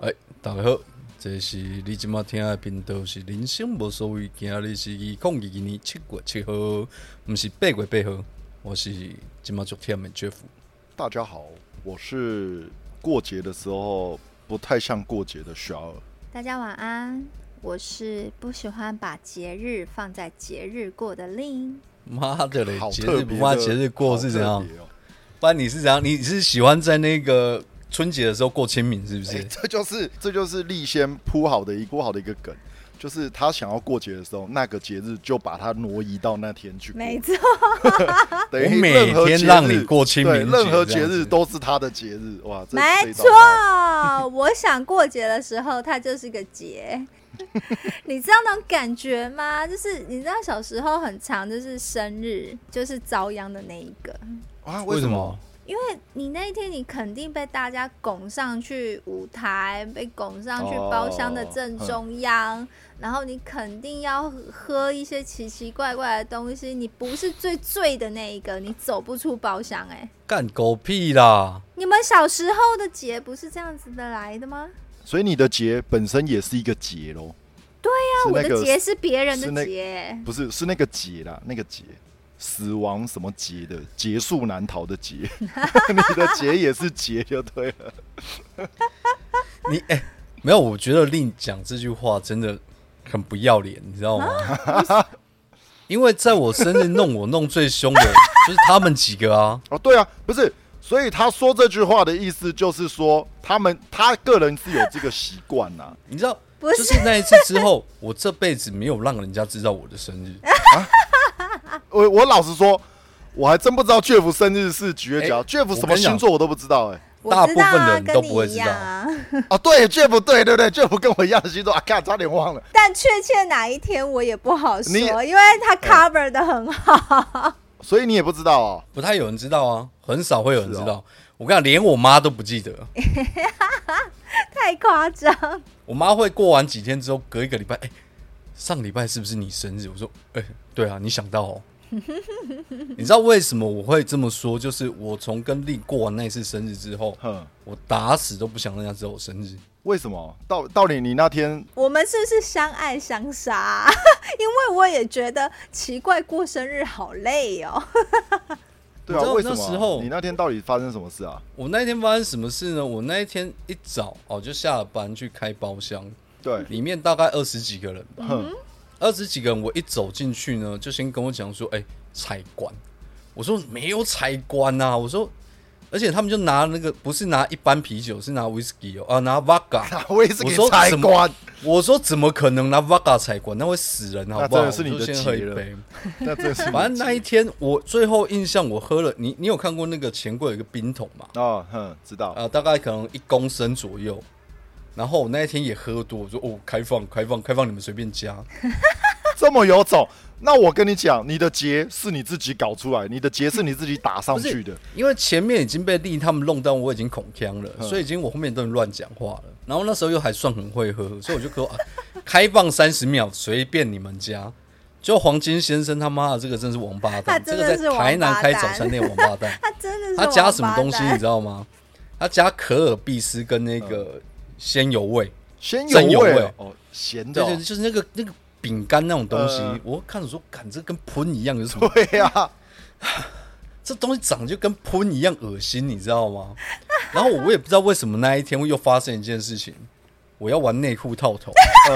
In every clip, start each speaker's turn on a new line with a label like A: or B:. A: 哎这是你即马听的频道是人生无所谓，今日是二零二二年七月七号，毋是八月八号。我是即马足忝的 Jeff。
B: 大家好，我是过节的时候不太像过节的小尔。
C: 大家晚安，我是不喜欢把节日放在节日过的令。
A: 妈的嘞
B: 好，
A: 节
B: 特
A: 日不
B: 别的，
A: 怕节日过
B: 好
A: 是
B: 特
A: 怎样？
B: 别哦
A: 不然你是怎样？你是喜欢在那个春节的时候过清明是不是？
B: 哎，这就是这就是立先铺好的一铺好的一个梗，就是他想要过节的时候，那个节日就把它挪移到那天去过。
C: 没错，
B: 等于
A: 我每
B: 任何
A: 天
B: 节
A: 让
B: 日
A: 你过清
B: 对
A: 明
B: 任
A: 节
B: 何
A: 这
B: 节
A: 样
B: 日
A: 子
B: 都是他的节日，哇，这
C: 没
B: 这
C: 错
B: 一招好。，
C: 我想过节的时候，它就是个节。 你知道那种感觉吗？就是你知道小时候很长，就是生日就是遭殃的那一个，
B: 啊，
A: 为
B: 为
A: 什
B: 什
A: 么
B: 么？？
C: 因为你那一天你肯定被大家拱上去舞台，被拱上去
B: 哦
C: 包厢的正
A: 嗯
C: 中央，然后你肯定要喝一些奇奇怪怪的东西，你不是最醉的那一个，你走不出包厢哎、
A: 干狗屁啦！
C: 你们小时候的节不是这样子的来的吗？
B: 所以你的节本身也是一个节喽？对
C: 那我
B: 呀，是那
C: 的
B: 个
C: 节是别人
B: 是
C: 的
B: 那
C: 节，
B: 不是是那个节啦，那个节，死亡什么节的，劫数难逃的劫，你的劫也是劫就对了。
A: 你哎、没有，我觉得令讲这句话真的很不要脸，你知道吗？ 因为在我生日弄我弄最凶的就是他们几个啊，
B: 哦，对啊，不是，所以他说这句话的意思就是说，他们他个人是有这个习惯啊呐。
A: 你知道，
C: 不是
A: 就是那一次之后，我这辈子没有让人家知道我的生日。
B: 我我老实说，我还真不知道 Jeff 生日是几月几号
A: 哎
B: ，Jeff
A: 我
B: 什
A: 跟
B: 么
A: 你讲
B: 星座我都不知道哎。
C: 我知道
A: 大部分
C: 啊，
A: 人都
C: 跟你
A: 不会
C: 一
A: 知道
C: 样啊，
B: 哦，对，Jeff 对对对，Jeff 跟我一样的星座啊，看差点忘了。
C: 但确切哪一天我也不好说，
B: 你
C: 因为他
A: 嗯
C: cover 的很好。
B: 所以你也不知道哦。
A: 不太有人知道啊，很少会有人知
B: 是
A: 道。
B: 哦
A: 我跟你讲，连我妈都不记得。
C: 太夸张！
A: 我妈会过完几天之后，隔一个礼拜，哎、上礼拜是不是你生日？我说，哎、对啊，你想到哦。你知道为什么我会这么说？就是我从跟丽过完那一次生日之后，
B: 哼，
A: 我打死都不想让人家知道我生日。
B: 为什么？到到底你那天
C: 我们是不是相爱相杀 啊、因为我也觉得奇怪，过生日好累哦。
B: 对
A: 你
B: 啊？
A: 知道
B: 为什么？
A: 那时候
B: 你那天到底发生什么事啊？
A: 我那一天发生什么事呢？我那一天一早哦就下了班去开包厢，
B: 对，
A: 里面大概二十几个人吧。
B: 哼，
A: 二十几个人，我一走进去呢，就先跟我讲说，哎、采关。我说没有采关呐、我说，而且他们就拿那个不是拿一般啤酒，是拿 whisky 哦，啊拿 vodka。
B: 我也是
A: 我
B: 给
A: 说
B: 拆
A: 怎么
B: 关，
A: 我说怎么可能拿 vodka 采关，那会死人好不好？
B: 那真的是你的
A: 我就先喝一
B: 劫了
A: 杯。
B: 那真是
A: 反正那一天我最后印象，我喝了，你你有看过那个钱柜有一个冰桶吗？
B: 哦，哼，知道。
A: 啊，大概可能一公升左右。然后我那一天也喝多，我说哦，开放，开放，开放，你们随便加。
B: 这么有种。那我跟你讲，你的结是你自己搞出来，你的结是你自己打上去的。
A: 因为前面已经被丽他们弄到，我已经恐腔了，所以已经我后面都能乱讲话了。然后那时候又还算很会喝，所以我就说、啊、开放三十秒，随便你们加。就黄金先生他妈的这个真是王八
C: 他
A: 蛋，这
C: 真的
A: 个
C: 是
A: 在台南开
C: 王八
A: 早
C: 蛋。
A: 餐店王八蛋
C: 他真的是
A: 他加什么东西
C: 王八
A: 你
C: 蛋
A: 知道吗？他加可尔必斯跟那个鲜油味，
B: 先
A: 真有
B: 味
A: 味
B: 哦，咸的
A: 对
B: 哦、
A: 对，就是那个那个饼干那种东西
B: 嗯。
A: 我看着说，感这跟喷一样，有什么
B: 对啊呀、
A: 这东西长得就跟喷一样恶心，你知道吗？然后我也不知道为什么那一天又发生一件事情，我要玩内裤套头，
B: 嗯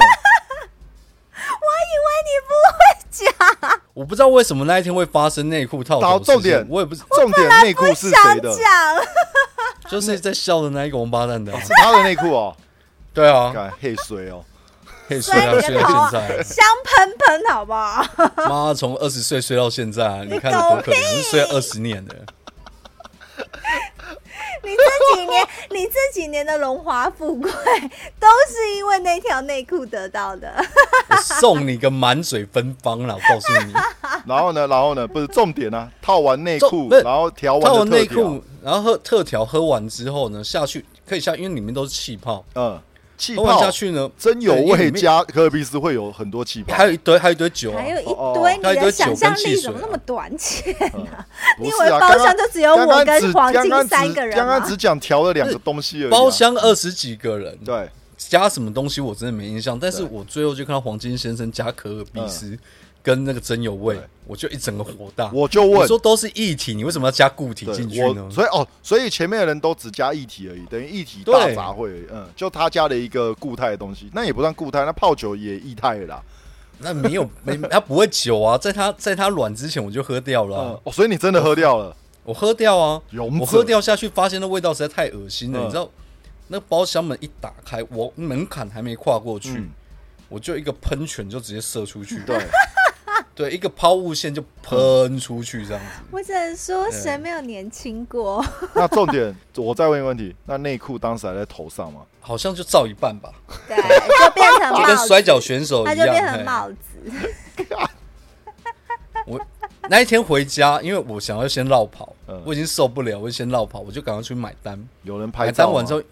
C: 我以为你不会讲，
A: 我不知道为什么那一天会发生内裤套头
B: 好
A: 的事情。
B: 重点
A: 我也不是，
B: 重点内裤是谁
C: 想
B: 的？
C: 讲，
A: 就是在笑的那一个王八蛋的啊、
B: 是他的内裤哦，
A: 对啊，
B: 看黑水哦，
A: 可以睡
C: 所以
A: 到
C: 你
A: 睡
C: 的头
A: 到
C: 啊
A: 现在，
C: 香喷喷，好不好？
A: 妈从二十岁睡到现在、啊，你看有多可怜，我是睡了二十年的。
C: 你这几年，你这几年的荣华富贵，都是因为那条内裤得到的。
A: 我送你个满嘴芬芳啦，我告诉你，
B: 然后呢，然后呢，不是重点啊，套完 内
A: 重
B: 裤，
A: 不是
B: 然后调
A: 套
B: 完
A: 完
B: 的
A: 内
B: 特调
A: 裤，，然后喝特调喝完之后呢，下去可以下，因为里面都是气泡，
B: 嗯，气
A: 喝完
B: 泡
A: 下去呢，
B: 真有
A: 对因为
B: 味
A: 里面
B: 加科尔必斯会有很多气泡，
A: 还有一堆，还有一堆酒、啊
C: 还。有
B: 哦
C: 一
B: 哦
C: 堆，你
A: 还有一堆
C: 的
A: 酒
C: 想
A: 跟
C: 象
A: 汽
C: 力
A: 水
C: 怎么那
A: 啊
C: 么短浅 啊？
B: 嗯不
C: 你以
B: 是
C: 为
B: 啊
C: 包
B: 刚
C: 厢
B: 刚
C: 就只有我
B: 刚刚
C: 跟
B: 只
C: 黄
B: 刚
C: 金
B: 刚
C: 三
B: 只
C: 个人
B: 刚刚
C: 吗
B: 只讲调了两个东西而已啊、
A: 包厢二十几个人，
B: 对，
A: 加什么东西我真的没印象，但是
B: 对嗯
A: 我最后就看到黄金先生加可尔必斯跟那个真有味
B: 对，
A: 我就一整个火大。
B: 我就问
A: 说都是液体，你为什么要加固体
B: 对
A: 进去呢
B: 我，？所以哦，所以前面的人都只加液体而已，等于液体
A: 对
B: 大杂烩而已。嗯，就他加了一个固态的东西，那也不算固态，那泡酒也液态了啦。
A: 啊那没有没 它不会久啊，在它在它软之前我就喝掉了啊、
B: 嗯，哦，所以你真的喝掉了，
A: 我喝掉啊，
B: 勇者
A: 我喝掉下去，发现那味道实在太恶心了。
B: 嗯
A: 你知道，那包厢门一打开，我门槛还没跨过去，
B: 嗯
A: 我就一个喷泉就直接射出去，
B: 对，
A: 对，一个抛物线就喷出去这样子。
C: 我只能说
A: 对
C: 谁没有年轻过？
B: 那重点，我再问一个问题，那内裤当时还在头上吗？
A: 好像就照一半吧，
C: 对，就变成
A: 就
C: 帽
A: 跟
C: 子，
A: 摔跤选手
C: 它
A: 哦一
C: 就变
A: 样。
C: 成
A: 嘿
C: 帽子。
A: 我那一天回家，因为我想要先绕跑，
B: 嗯
A: 我已经受不了，我就先绕跑，我就赶快去买单。
B: 有人拍
A: 买
B: 照
A: 单
B: 吗
A: 完之后，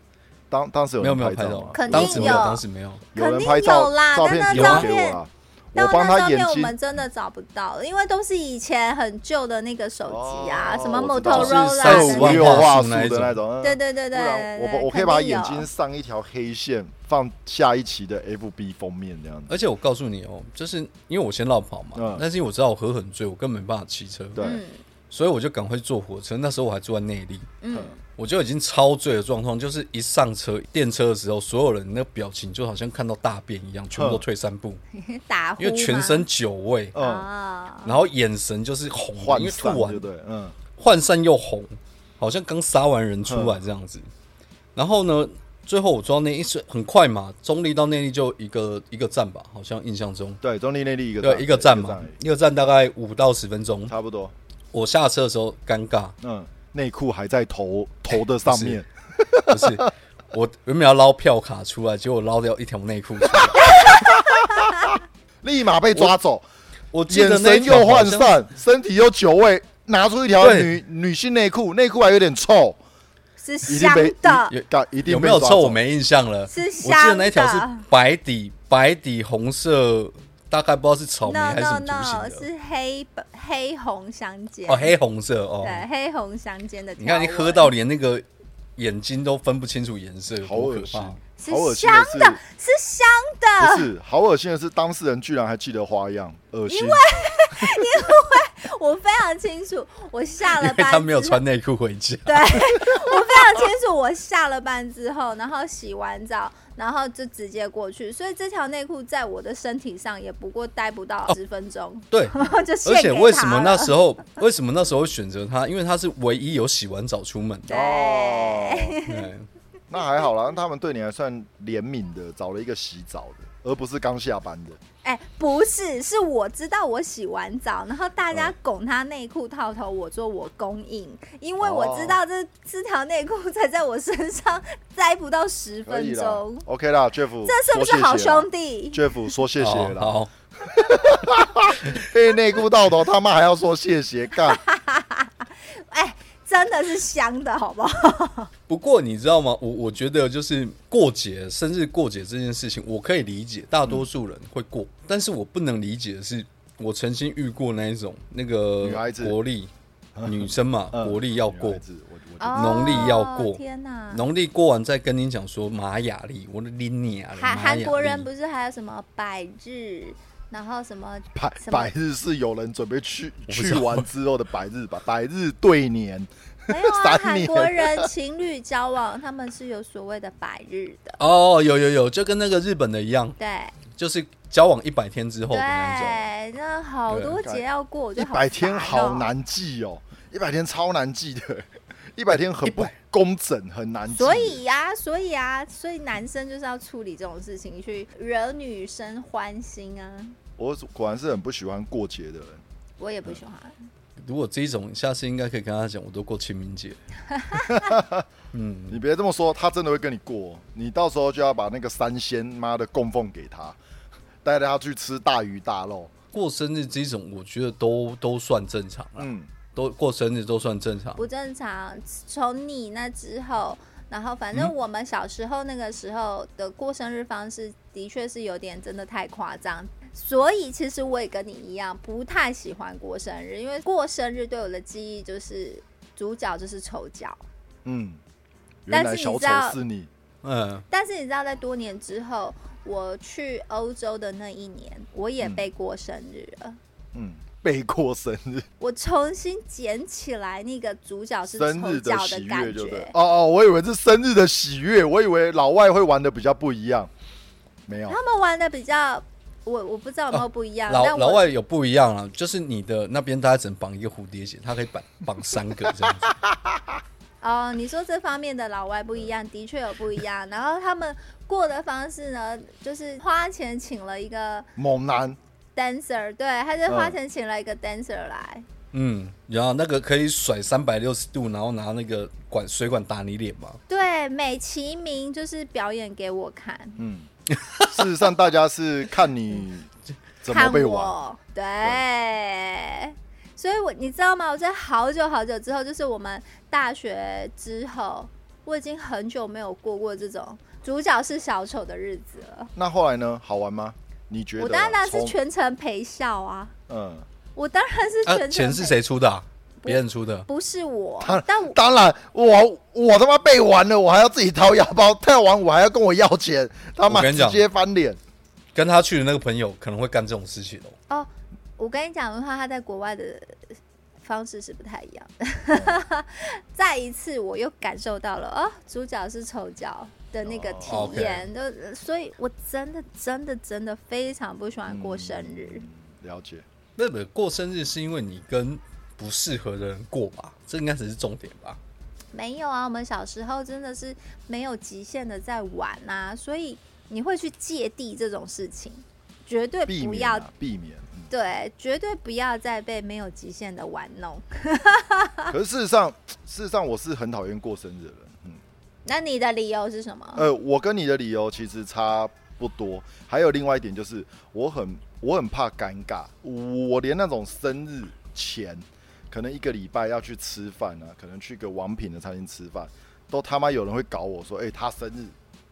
B: 当当时有
A: 没有没
B: 人
A: 有拍
B: 照
A: 到
B: 吗？，
C: 肯定
A: 当时没有，
C: 有
A: 当时没有。
B: 有人
C: 肯定
B: 拍照
C: 有啦
B: 照片
C: 但
B: 提
A: 那照
B: 供给我
C: 片
B: 啦，
C: 但
B: 我帮
C: 那照
B: 眼
C: 片我
B: 睛
C: 们真的找不到了，因为都是以前很旧的那个手机啊，
B: 哦
C: 什么
B: 我知道
C: Motorola
A: 就是
B: 二
A: 三
C: 的
A: 十
B: 五
A: 万
B: 六
A: 画
B: 画
A: 素
B: 素
A: 那一
B: 的
A: 种
B: 那种，嗯
C: 对对对对
B: 不然
C: 对，
B: 我我可以把眼睛上一条黑线，放下一期的 FB 封面这样子。
A: 而且我告诉你哦，就是因为我先绕跑嘛，
B: 嗯
A: 但是因为我知道我喝很醉，我根本没办法骑车，
B: 对，
C: 嗯
A: 所以我就赶快坐火车。那时候我还住在内地，
C: 嗯，
A: 我就已经超醉的状况，就是一上车电车的时候，所有人那表情就好像看到大便一样，全部都退三步，
C: 打呼
A: 因为全
C: 嘛
A: 身酒味，
B: 嗯，
C: 啊，
A: 然后眼神就是红的，因
B: 涣
A: 为
B: 散
A: 吐
B: 对
A: 完
B: 不对？嗯，
A: 涣散又红，好像刚杀完人出来这样子。然后呢，最后我坐到那一瞬很快嘛，中立到内地就一个一个站吧，好像印象中。
B: 对，中立内地一个
A: 对，一个站
B: 站
A: 嘛
B: 而已，
A: 一个站大概五到十分钟。
B: 差不多。
A: 我下车的时候尴尬，
B: 嗯，内裤还在头头的上面，
A: 不 是我原本要捞票卡出来，结果捞掉一条内裤出 来。
B: 立马被抓走，
A: 我记
B: 眼
A: 得那一
B: 神又
A: 条好
B: 涣
A: 像，
B: 散，身体又久味，拿出一条
A: 对
B: 女女性内裤，内裤还有点臭，
C: 是
B: 一定
C: 香
B: 被
C: 的
B: 一，一干一定
A: 有
B: 被
A: 没有
B: 抓
A: 臭
B: 走
A: 我没印象了。
C: 是
A: 我
C: 香
A: 记
C: 的
A: 得那一条是白底白底红色，大概不知道是草莓
C: no
A: 还是什么
C: no
A: 图形
C: no，
A: 的。
C: 是黑白黑红相间
A: 哦，黑红色哦。
C: 对黑红相间的条
A: 你
C: 纹，
A: 看你喝到连那个眼睛都分不清楚颜色，
B: 好
A: 多可
B: 恶心，
A: 怕！
C: 是
B: 好恶心
C: 香
B: 是
C: 的，是香的。
B: 不是，好恶心的是，当事人居然还记得花样，恶心。
C: 我非常清楚，我下
A: 因
C: 了
A: 为
C: 班
A: 他没有
C: 之后
A: 穿内裤回家。
C: 对 我
A: 哦
C: 非常清楚，我下了班之后，然后洗完澡，然后就直接过去，所以这条内裤在我的身体上也不过待不 到十分钟，
A: 对，
C: 然后就献
A: 而且
C: 给
A: 为
C: 他
A: 什 么那
C: 了
A: 时候 为什么那时候会选择他？因为他是唯一有洗完澡出门的。哎
C: 对，
A: 对，
B: 哦那还好啦，那他们对你还算怜悯的，找了一个洗澡的，而不是刚下 班的。
C: 哎、不是，是我知道我洗完澡，然后大家拱他内裤套头，我说我供应，因为我知
A: 哦
C: 道这、这条内裤才在我身上待不到十
B: 可以
C: 分
B: 啦
C: 钟，
B: ，OK 啦，Jeff，
C: 这是不是好兄
B: 弟
C: 弟？
B: ？Jeff 说 谢谢
A: 哦好
B: 啦，
A: 好，
B: 被内裤到头，他妈还要说谢谢， 干
C: 哎、真的是香的好不好？
A: 不过你知道吗？我我觉得就是过节，生日过节这件事情，我可以理解，大多数人会过，但是我不能理解的是，我曾经遇过那一种那个
B: 女孩子
A: 国历女生嘛，
B: 嗯
A: 国历要过
B: 女孩，子我我
C: 哦
A: 农历要过
C: 天哪！
A: 农历过完再跟你讲说玛雅历，我的琳尼亚历，
C: 韩
A: 玛雅
C: 韩国
A: 历
C: 人不是还有什么百日，然后什么
B: 百
C: 什么
B: 百日是有人准备去
A: 我不知
B: 去
A: 道
B: 完之后的百日吧，百日对年，
C: 没有啊？
B: 三
C: 韩
B: 年
C: 国人情侣交往，他们是有所谓的百日的，
A: 哦，有有有，就跟那个日本的一样，
C: 对
A: 就是交往一百天之后的哦那种。
C: 对，那好多节要过，我觉
B: 一
C: 得好
B: 百天
C: 烦哦
B: 好。难记哦，一百天超难记的， 一百天很不工整，很难记。
C: 所以呀、所以呀、所以男生就是要处理这种事情，去惹女生欢心啊！
B: 我果然是很不喜欢过节的人。
C: 我也不喜欢，
A: 如果这一种，下次应该可以跟他讲，我都过清明节。嗯，
B: 你别这么说，他真的会跟你过哦，你到时候就要把那个三鲜妈的供奉给他，带着他去吃大鱼大肉。
A: 过生日这一种，我觉得都都算正常啦，
B: 嗯，
A: 都过生日都算正常。
C: 不正常。从你那之后，然后
B: 嗯
C: 反正我们小时候那个时候的过生日方式，的确是有点真的太夸张。嗯所以其实我也跟你一样，不太喜欢过生日，因为过生日对我的记忆就是主角就是丑角。
B: 嗯，原
C: 但是
B: 来
C: 你
B: 小
C: 知道
B: 丑是你，
A: 嗯，
C: 但是你知道，在多年之后，我去欧洲的那一年，我也被过生日了。
B: 嗯，被过生日，
C: 我重新捡起来那个主角是
B: 生日
C: 丑角
B: 喜悦
C: 感
B: 就对
C: 觉。。
B: 哦哦，我以为是生日的喜悦，我以为老外会玩的比较不一样，没有
C: 他们玩的比较，我我不知道有没有不一样，
A: 老
C: 但
A: 老
C: 啊我
A: 外有不一样了，就是你的那边大家只能绑一个蝴蝶结，他可以绑绑三个这样 子。
C: 哦，你说这方面的老外不一样，的确有不一样。然后他们过的方式呢，就是花钱请了一个
B: 猛男
C: dancer，对，他就花
B: 嗯
C: 钱请了一个 dancer 来。
A: 嗯，然后那个可以甩三百六十度，然后拿那个管水管打你脸嘛。
C: 对，美其名就是表演给我看，
B: 嗯，事实上大家是看 你怎么
C: 看
B: 被玩，
C: 我，对。所以我，你知道吗？我在好久好久之后，就是我们大学之后，我已经很久没有过过这种主角是小丑的日子了。
B: 那后来呢？好玩吗？你觉得啊？
C: 我当然是
B: 从
C: 全程陪笑啊，
B: 嗯，
C: 我当然是全
A: 啊，
C: 程、
A: 钱是？谁出的、啊？别人出的。
C: 不是我
B: 当，
C: 但我
B: 当然，我我他妈被玩了，我还要自己掏腰包，跳完我还要跟我要钱，他妈
A: 我跟你
B: 直
A: 讲
B: 接翻脸。
A: 跟他去的那个朋友可能会干这种事情哦。
C: 哦，我跟你讲的话，他在国外的方式是不太一样的。 再一次，我又感受到了哦，主角是丑角的那个体
A: 哦，OK
C: 验，都、所以我真的真的真的非常不喜欢过
B: 嗯
C: 生日。
B: 了解，
A: 那个过生日是因为你跟不适合的人过吧？这应该只是重点吧？
C: 没有啊，我们小时候真的是没有极限的在玩啊，所以你会去芥蒂这种事情，绝对
B: 避
C: 不
B: 免
C: 要
B: 啊，避 免。嗯
C: 对，绝对不要再被没有极限的玩弄。
B: 可是事实上，事实上我是很讨厌过生日的人。嗯，
C: 那你的理由是什么？
B: 呃，我跟你的理由其实差不多。还有另外一点就是，我很我很怕尴尬，我连那种生日前，可能一个礼拜要去吃饭啊，可能去个王品的餐厅吃饭，都他妈有人会搞我说，哎、他生日，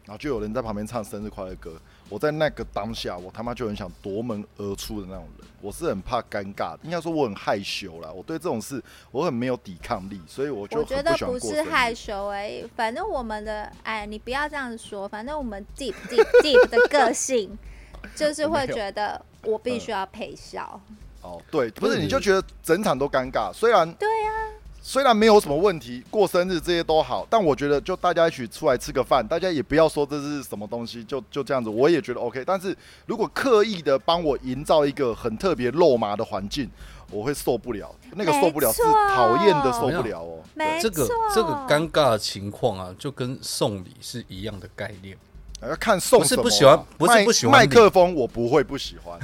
B: 然后就有人在旁边唱生日快乐歌。我在那个当下，我他妈就很想夺门而出的那种人。我是很怕尴尬的，应该说我很害羞啦。我对这种事我很没有抵抗力，所以我就
C: 我
B: 很
C: 觉得
B: 喜欢
C: 不
B: 过
C: 是
B: 生日
C: 害羞哎、反正我们的哎，你不要这样说，反正我们 deep deep deep 的个性， 就是会觉得我必须要陪笑。
B: 哦，对，不是
A: 嗯
B: 你就觉得整场都尴尬，虽然
C: 对啊呀、
B: 虽然没有什么问题，过生日这些都好，但我觉得就大家一起出来吃个饭，大家也不要说这是什么东西，就就这样子，我也觉得 OK。但是如果刻意的帮我营造一个很特别肉麻的环境，我会受不了，那个受不了
C: 没
B: 是
C: 错
B: 讨厌的受不了哦。
C: 没
A: 这
C: 错，
A: 个这个尴尬的情况啊，就跟送礼是一样的概念。
B: 要看送
A: 不是
B: 什么
A: 不喜欢
B: 啦
A: 不是
B: 麦
A: 不喜欢
B: 麦
A: 你
B: 克风，我不会不喜欢。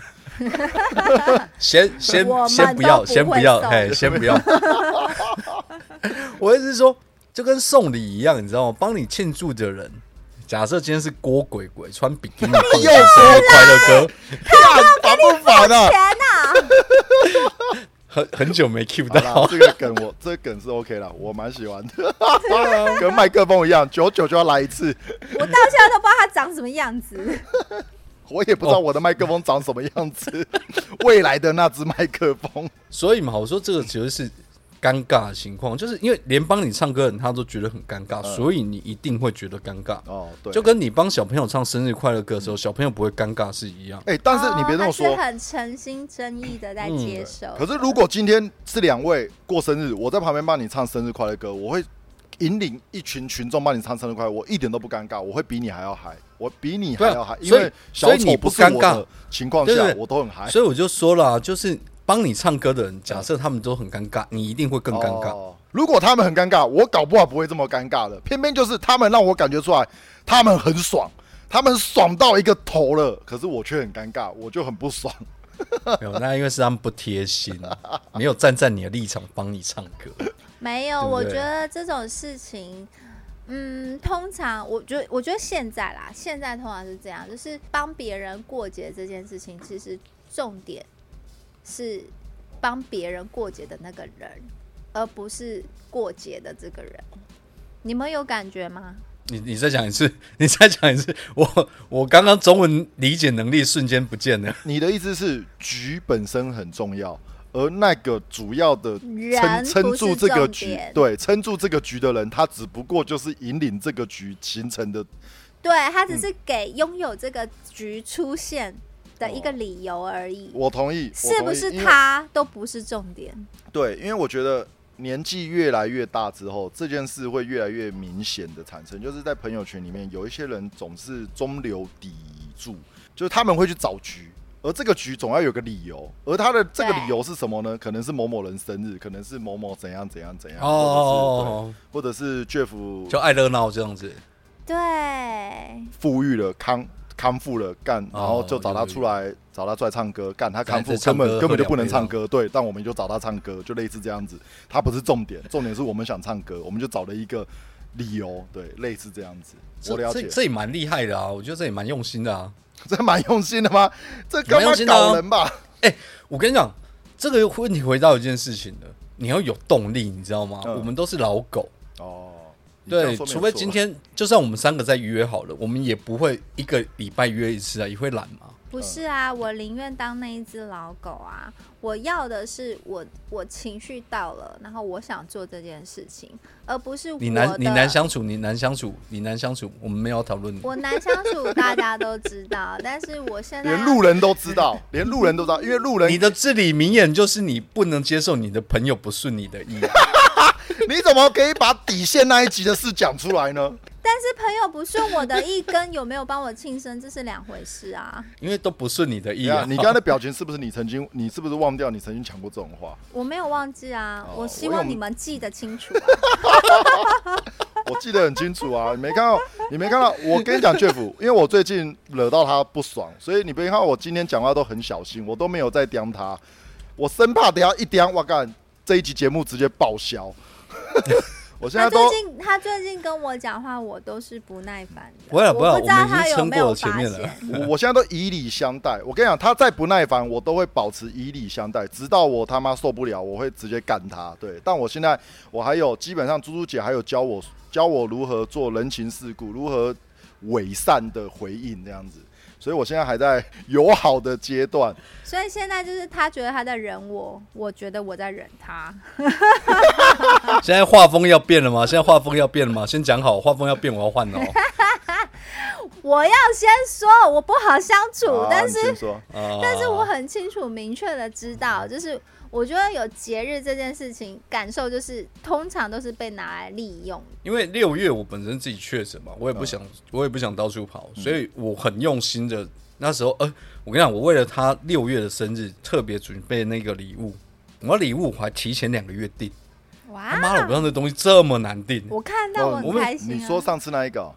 A: 先先
C: 我们
A: 先不
C: 都
A: 要，
C: 不
A: 先不
C: 会
A: 要，
C: 送
A: 嘿，先不要。 我意思是说，就跟送礼一样，你知道吗？帮你庆祝的人，假设今天是郭鬼鬼穿比基尼， 放一首生日快乐歌，
B: 干烦不烦啊？
C: 天哪、
A: 很很久没 Q
B: 好啦
A: 到，
B: 这个梗我这 个梗是 OK 了，我蛮喜欢的，跟麦克风一样，久久就要来一次。
C: 我到现在都不知道他长什么样子。
B: 我也不知道我的麦克风长什么 样子，未来的那只麦克风，
A: 所以嘛，我说这个其实是尴尬的情况，就是因为连帮你唱歌的人他都觉得很尴尬，
B: 嗯
A: 所以你一定会觉得尴尬。
B: 哦，对，
A: 就跟你帮小朋友唱生日快乐歌的时候，小朋友不会尴尬是一样。
B: 哎、但是你别这么
C: 哦
B: 说。嗯
C: 他是很诚心真意的在接受。
B: 可是如果今天是两位过生日，我在旁边帮你唱生日快乐歌，我会引领一群群众帮你唱生日快乐，我一点都不尴尬，我会比你还要嗨，我比你还要嗨，
A: 对啊
B: 因
A: 所以
B: 为小
A: 所以
B: 丑
A: 你
B: 不
A: 不
B: 是我
A: 尴尬
B: 的情况
A: 对
B: 下
A: 对，对
B: 我都很嗨，
A: 所以我就说了啊、就是帮你唱歌的人，假设他们都很尴尬，你一定会更尴尬。
B: 哦如果他们很尴尬，我搞不好不会这么尴尬的。偏偏就是他们让我感觉出来，他们很爽，他们爽到一个头了，可是我却很尴尬，我就很不爽。
A: 没有，那因为是他们不贴心，没有站在你的立场帮你唱歌。
C: 没有，
A: 对不
C: 我
A: 对
C: 觉得这种事情，嗯，通常我觉得我觉得现在啦，现在通常是这样，就是帮别人过节这件事情，其实重点是帮别人过节的那个人，而不是过节的这个人。你们有感觉吗？
A: 你你再讲一次， 你再讲一次，我我刚刚中文理解能力瞬间不见了。
B: 你的意思是局本身很重要，而那个主要的撑
C: 人
B: 撑
C: 不
B: 住
C: 是
B: 这个
C: 重
B: 局
C: 点，
B: 对，撑住这个局的人，他只不过就是引领这个局形成的
C: 对他只
B: 嗯
C: 是给拥有这个局出现的一个理由而已，
B: 我同意，哦我
C: 是
B: 同
C: 不
B: 意
C: 是？
B: 因为
C: 他都不是重点。
B: 对，因为我觉得年纪越来越大之后，这件事会越来越明显的产生，就是在朋友圈里面有一些人总是中流砥柱，就是他们会去找局。而这个局总要有个理由，而他的这个理
C: 对
B: 由是什么呢？可能是某某人生日，可能是某某怎样怎样怎样，
A: 哦，
B: 或者是对或者是 Jeff
A: 就爱热闹这样子，
C: 对，
B: 富裕了，康康复了，干，
A: 哦
B: 然后就找他出来，找他出来唱歌，干，他康复
A: 在在
B: 根本
A: 唱歌
B: 根本就
A: 喝
B: 不能
A: 两杯
B: 唱歌，对，但我们就找他唱歌，就类似这样子，他不是重点，重点是我们想唱歌，我们就找了一个理由，对，类似这样子，我了
A: 这
B: 解
A: 这，这也蛮厉害的啊，我觉得这也蛮用心的啊。
B: 这蛮用心的吗？这干
A: 蛮
B: 嘛
A: 用心的啊
B: 搞人吧？
A: 我跟你讲，这个问题回到一件事情了，你要有动力，你知道吗？
B: 嗯
A: 我们都是老狗，
B: 哦，你这样
A: 对，
B: 说没
A: 除非
B: 错啊
A: 今天就算我们三个再约好了，我们也不会一个礼拜约一次啊，也会懒嘛。
C: 不是啊，我宁愿当那一只老狗啊！我要的是我我情绪到了，然后我想做这件事情，而不是我
A: 你难
C: 的
A: 你难相处，你难相处，你难相处，我们没有讨论你。
C: 我难相处，大家都知道，但是我现在啊
B: 连路人都知道， 连路人都知道，因为路人
A: 你的至理名言就是你不能接受你的朋友不顺你 的意，
B: 你怎么可以把底线那一集的事讲出来 呢？
C: 但是朋友不顺我的意，跟有没有帮我庆生这是两回事啊！
A: 因为都不顺你的意
B: 呀，
A: 啊。
B: 你刚才的表情是不是你曾经，你是不是忘掉你曾经讲过这种话？
C: 我没有忘记啊，
B: 哦
C: 我希
B: 我有
C: 望你们记得清楚、啊。
B: 我记得很清楚啊，你没看到，你没看到。我跟你讲，Jeff，因为我最近惹到他不爽，所以你别看我今天讲话都很小心，我都没有在刁他，我生怕等一下一刁，我干这一集节目直接报销。 我现在
C: 他
B: 都
C: 最近他最近跟我讲话，我都是不耐烦的。
A: 不会啊
C: 我
A: 不会啊
C: 知道
A: 我们已
C: 他
A: 经
C: 有
A: 撑
C: 没
A: 过
C: 有
A: 了前
C: 发
A: 面
C: 现
A: 了。
B: 我我现在都以礼相待。我跟你讲，他再不耐烦，我都会保持以礼相待，直到我他妈受不了，我会直接干他。对，但我现在我还有，基本上猪猪姐还有教我教我如何做人情世故，如何伪善的回应这样子。所以我现在还在友好的阶 段，
C: 所以现在就是他觉得他在忍我，我觉得我在忍他。
A: 现在画风要变了吗？现在画风要变了吗？先讲好，画风要变，我要换 哦。
C: 我要先说我不好相处，
B: 啊
C: 但
B: 你
C: 是
B: 先说
A: 啊
C: 但是我很清楚明确的知道，就是我觉得有节日这件事情，感受就是通常都是被拿来利用。
A: 因为六月我本身自己确诊嘛，我
B: 嗯
A: 也不想，我也不想到处跑，所以我很用心的。那时候，呃，我跟你讲，我为了他六月的生日，特别准备那个礼物。我礼物我还提前两个月订，
C: 哇
A: 他妈的，
C: 啊
A: 我不知道那东西这么难订。
C: 我看到我
B: 哦
C: 很开心、啊
B: 你说上次那一个哦、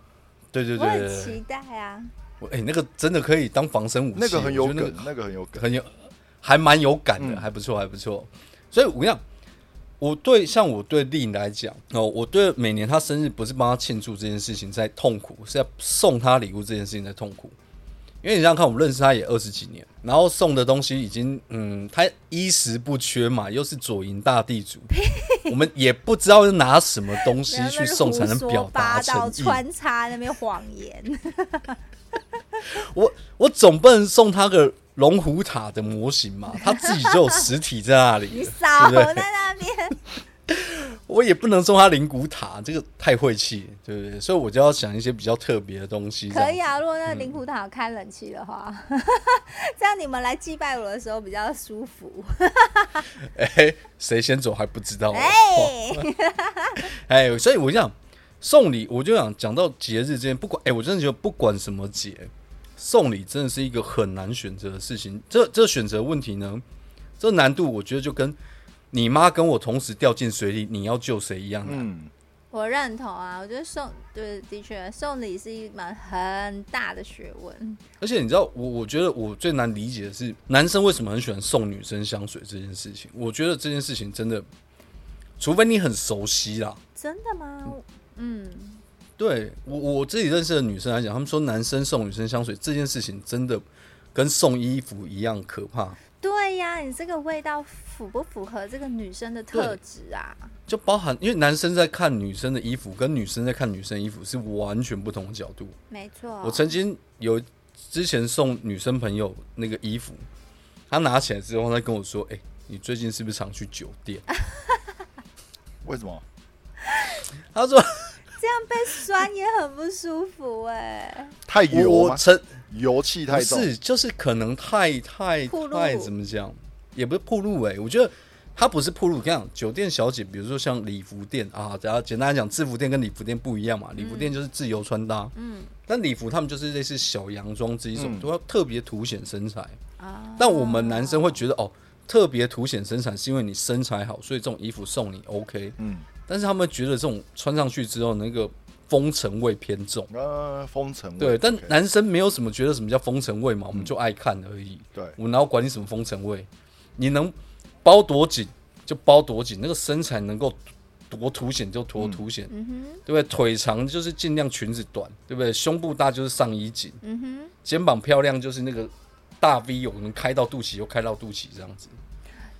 A: 对对
C: 我
A: 对
C: 很
A: 对
C: 期
A: 对，
C: 待啊！
A: 我哎、那个真的可以当防身武器，
B: 那个很有
A: 我觉得
B: 梗
A: 那，
B: 那个很有
A: 个
B: 梗。
A: 很有，还蛮有感的，
B: 嗯
A: 还不错，还不错。所以我跟你讲，我对像我对丽颖来讲，哦，我对每年她生日不是帮她庆祝这件事情在痛苦，是在送她礼物这件事情在痛苦。因为你想想看，我们认识她也二十几年，然后送的东西已经，嗯，她衣食不缺嘛，又是左营大地 主，我们也不知道拿什么东西
C: 然后
A: 去
C: 那边
A: 送才能
C: 胡说
A: 表达
C: 八
A: 诚
C: 道
A: 意。
C: 穿插那边谎 言，
A: 我我总不能送她个龙虎塔的模型 嘛，她自己就有实体在那里了，
C: 你少
A: 对不对
C: 在那边。
A: 我也不能送他灵骨塔，这个太晦气，对不对？所以我就要想一些比较特别的东西。
C: 可以
A: 啊，
C: 啊，如果那个灵虎塔有开冷气的话，
A: 嗯
C: 这样你们来祭拜我的时候比较舒服。
A: 哎、谁先走还不知道、哦。
C: 哎、
A: 哎、所以我想送礼，我就想讲到节日之间，不管哎、我真的觉得不管什么节，送礼真的是一个很难选择的事情。这这选择问题呢，这难度我觉得就跟你妈跟我同时掉进水里，你要救谁一样难。
B: 嗯，
C: 我认同啊，我觉得送对，的确送礼是一门很大的学问。
A: 而且你知道，我我觉得我最难理解的是，男生为什么很喜欢送女生香水这件事情。我觉得这件事情真的，除非你很熟悉啦。
C: 真的吗？嗯，
A: 对我我自己认识的女生来讲，她们说男生送女生香水这件事情真的跟送衣服一样可怕。
C: 对呀、你这个味道符不符合这个女生的特质啊？
A: 就包含因为男生在看女生的衣服，跟女生在看女生的衣服是完全不同的角度。
C: 没错，
A: 我曾经有之前送女生朋友那个衣服，她拿起来之后，她跟我说：“哎、你最近是不是常去酒店？
B: 为什么？
A: 他说
C: 这样被酸也很不舒服 哎、
A: 啊
B: 太
A: 我
B: 油吗
A: 我？曾
B: 油气
A: 不
B: 太重，
A: 是，就是可能太太
C: 暴露
A: 太怎么讲，也不是铺路哎、我觉得它不是铺路。你看酒店小姐，比如说像礼服店啊，然后简单来讲，制服店跟礼服店不一样嘛，礼服店就是自由穿搭，
C: 嗯
A: 但礼服他们就是类似小洋装这一种，
B: 嗯
A: 都要特别凸显身材。
C: 啊，
A: 但我们男生会觉得哦，特别凸显身材是因为你身材好，所以这种衣服送你 OK。
B: 嗯，
A: 但是他们觉得这种穿上去之后，那个风尘味偏重。
B: 呃，风尘味
A: 对，但
B: OK
A: 男生没有什么觉得什么叫风尘味嘛，我
C: 嗯
A: 们就爱看而已。
B: 对
A: 我哪有管你什么风尘味？你能包多紧就包多紧，那个身材能够多凸显就多凸显，
C: 嗯哼，
A: 对不对？腿长就是尽量裙子短，对不对？胸部大就是上衣紧，
C: 嗯哼，
A: 肩膀漂亮就是那个大 V 有可能开到肚脐又开到肚脐这样子。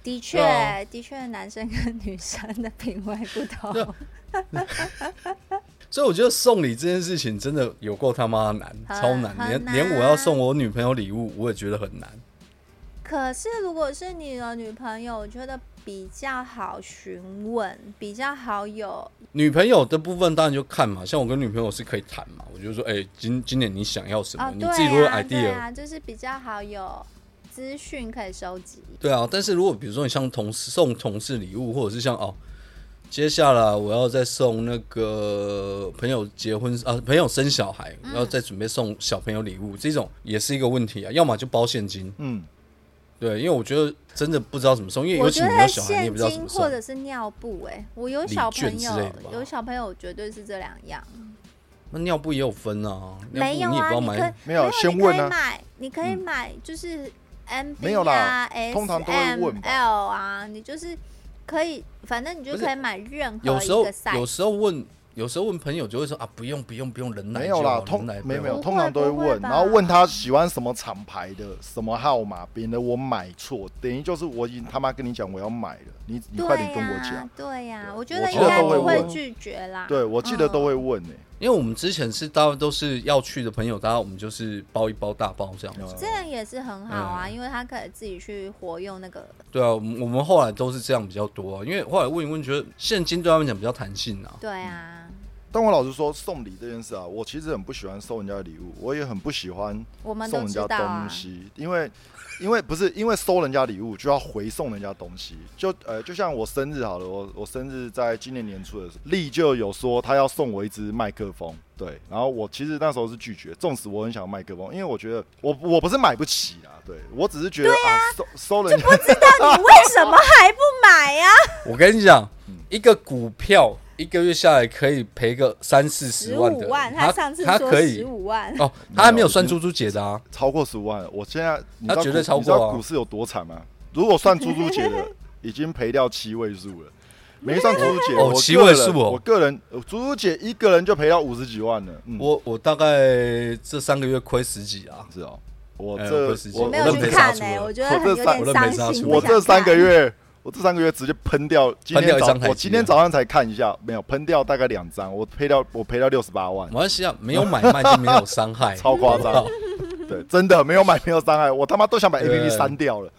C: 的确、
A: 对啊
C: 的确，男生跟女生的品味不同，
A: 所以我觉得送礼这件事情真的有够他妈难，
C: 很
A: 超难，
C: 很
A: 连
C: 难啊
A: 连我要送我女朋友礼物，我也觉得很难。
C: 可是如果是你的女朋友，我觉得比较好询问，比较好有
A: 女朋友的部分当然就看嘛，像我跟女朋友是可以谈嘛，我就说，哎、今今年你想要什么，
C: 哦，
A: 你
C: 对
A: 自己如果有
C: 啊
A: idea，
C: 对啊，就是比较好有资讯可以收集。
A: 对啊，但是如果比如说你像同事送同事礼物，或者是像哦，接下来我要再送那个朋友结婚啊，朋友生小孩，
C: 嗯
A: 然后再准备送小朋友礼物，这种也是一个问题啊。要么就包现金，
B: 嗯，
A: 对，因为我觉得真的不知道怎么送，因为
C: 我
A: 尤
C: 觉
A: 其你有
C: 得
A: 小孩，你也
C: 现
A: 不知道怎么
C: 金或
A: 送。
C: 者是尿布、哎，我有
A: 礼
C: 小
A: 券
C: 朋
A: 之类
C: 友
A: 的吧，
C: 有小朋友绝对是这两样。
A: 那尿布也有分啊，尿布
C: 没有
A: 你也不
C: 啊，
A: 知道
C: 你可以
A: 买。嗯
B: 没有先
C: 你可
B: 问
C: 以
B: 啊
C: 买，你可以买就是 M B
B: 没有啦
C: 啊，S
B: 通常都会
C: M
B: 问吧
C: L 啊，你就是可以，反正你就
A: 不是
C: 可以买任何
A: 有
C: 一
A: 时候
C: 个 size。
A: 有时候问，有时候问朋友就会说啊，不用不用不用，人来
B: 没
A: 就
B: 有啦
A: 好，
B: 通
A: 人来不
B: 没有
A: 要
B: 没有，
C: 不
B: 通
C: 会
B: 常都会
C: 不会
B: 问，
C: 吧
B: 然后问他喜欢什么厂牌的，什么号码，别的我买错，等于就是我已经他妈跟你讲我要买了，你你快点跟我
C: 对呀
B: 讲，，
C: 对呀、我觉
B: 啊我
C: 得
B: 记
C: 应
A: 得
C: 该
A: 都会
C: 不会
A: 问
C: 拒绝啦。嗯
B: 对我记得都会问欸诶，
A: 因为我们之前是大家都是要去的朋友，大家我们就是包一包大包这样
B: 哦
A: 子。
C: 这样也是很好
B: 嗯
C: 啊，因为他可以自己去活用那个。
A: 对啊，我们我们后来都是这样比较多、啊因为后来问一问，觉得现金对他们讲比较弹性啊。
C: 对啊，
B: 但我老实说，送礼这件事啊，我其实很不喜欢收人家的礼物，我也很不喜欢
C: 我们
B: 送
C: 都
B: 人
C: 知
B: 家
C: 道啊
B: 东。西，因为因为不是因为收人家礼物就要回送人家东西，就呃就像我生日好了，我我生日在今年年初的时候，丽就有说她要送我一支麦克风，对，然后我其实那时候是拒绝，纵使我很想要麦克风，因为我觉得我我不是买不起啦，对我只是觉得啊收收人家
C: 那你为什么还不买啊呀、
A: 我跟你讲，一个股票一个月下来可以赔个三四十
C: 十
A: 万的
C: 五
A: 人，
C: 万，
A: 他
C: 上次
A: 他
C: 说
A: 可
C: 十
A: 以
C: 五万，
A: 哦，他还没有算猪猪姐的啊。
B: 超过十五万了，我现在你知道
A: 他绝对
B: 股
A: 超过啊
B: 你知道股市有多惨吗？如果算猪猪姐的，已经赔掉七位数 了。没算猪猪姐，
A: 哦
B: 我个人
A: 七位数哦
B: 我个人呃猪猪姐一个人就赔掉五十几万了。嗯，
A: 我我大概这三个月亏十几啊，
B: 是哦，我
A: 哎
B: 这
A: 我不是
B: 我
A: 我
C: 没有
A: 认
C: 去
A: 赔杀
C: 看
A: 出
C: 呢、
A: 了
C: 我觉得很有
B: 我这三
A: 我认
C: 点
A: 赔
C: 伤
A: 杀
C: 心。啊
A: 出
C: 不
A: 了
B: 我
C: 想
B: 这三个
C: 看
B: 月，我这三个月直接喷掉。今
A: 喷掉
B: 天
A: 一
B: 早
A: 张台积啊
B: 我今天早上才看一下，没有喷掉大概两张，我赔掉我赔掉六十八万
A: 没，关系啊，没有买卖就没有伤 害，
B: 超夸张。对，真的没有买没有伤害，我他妈都想把 A P P
A: 对
B: 删掉了。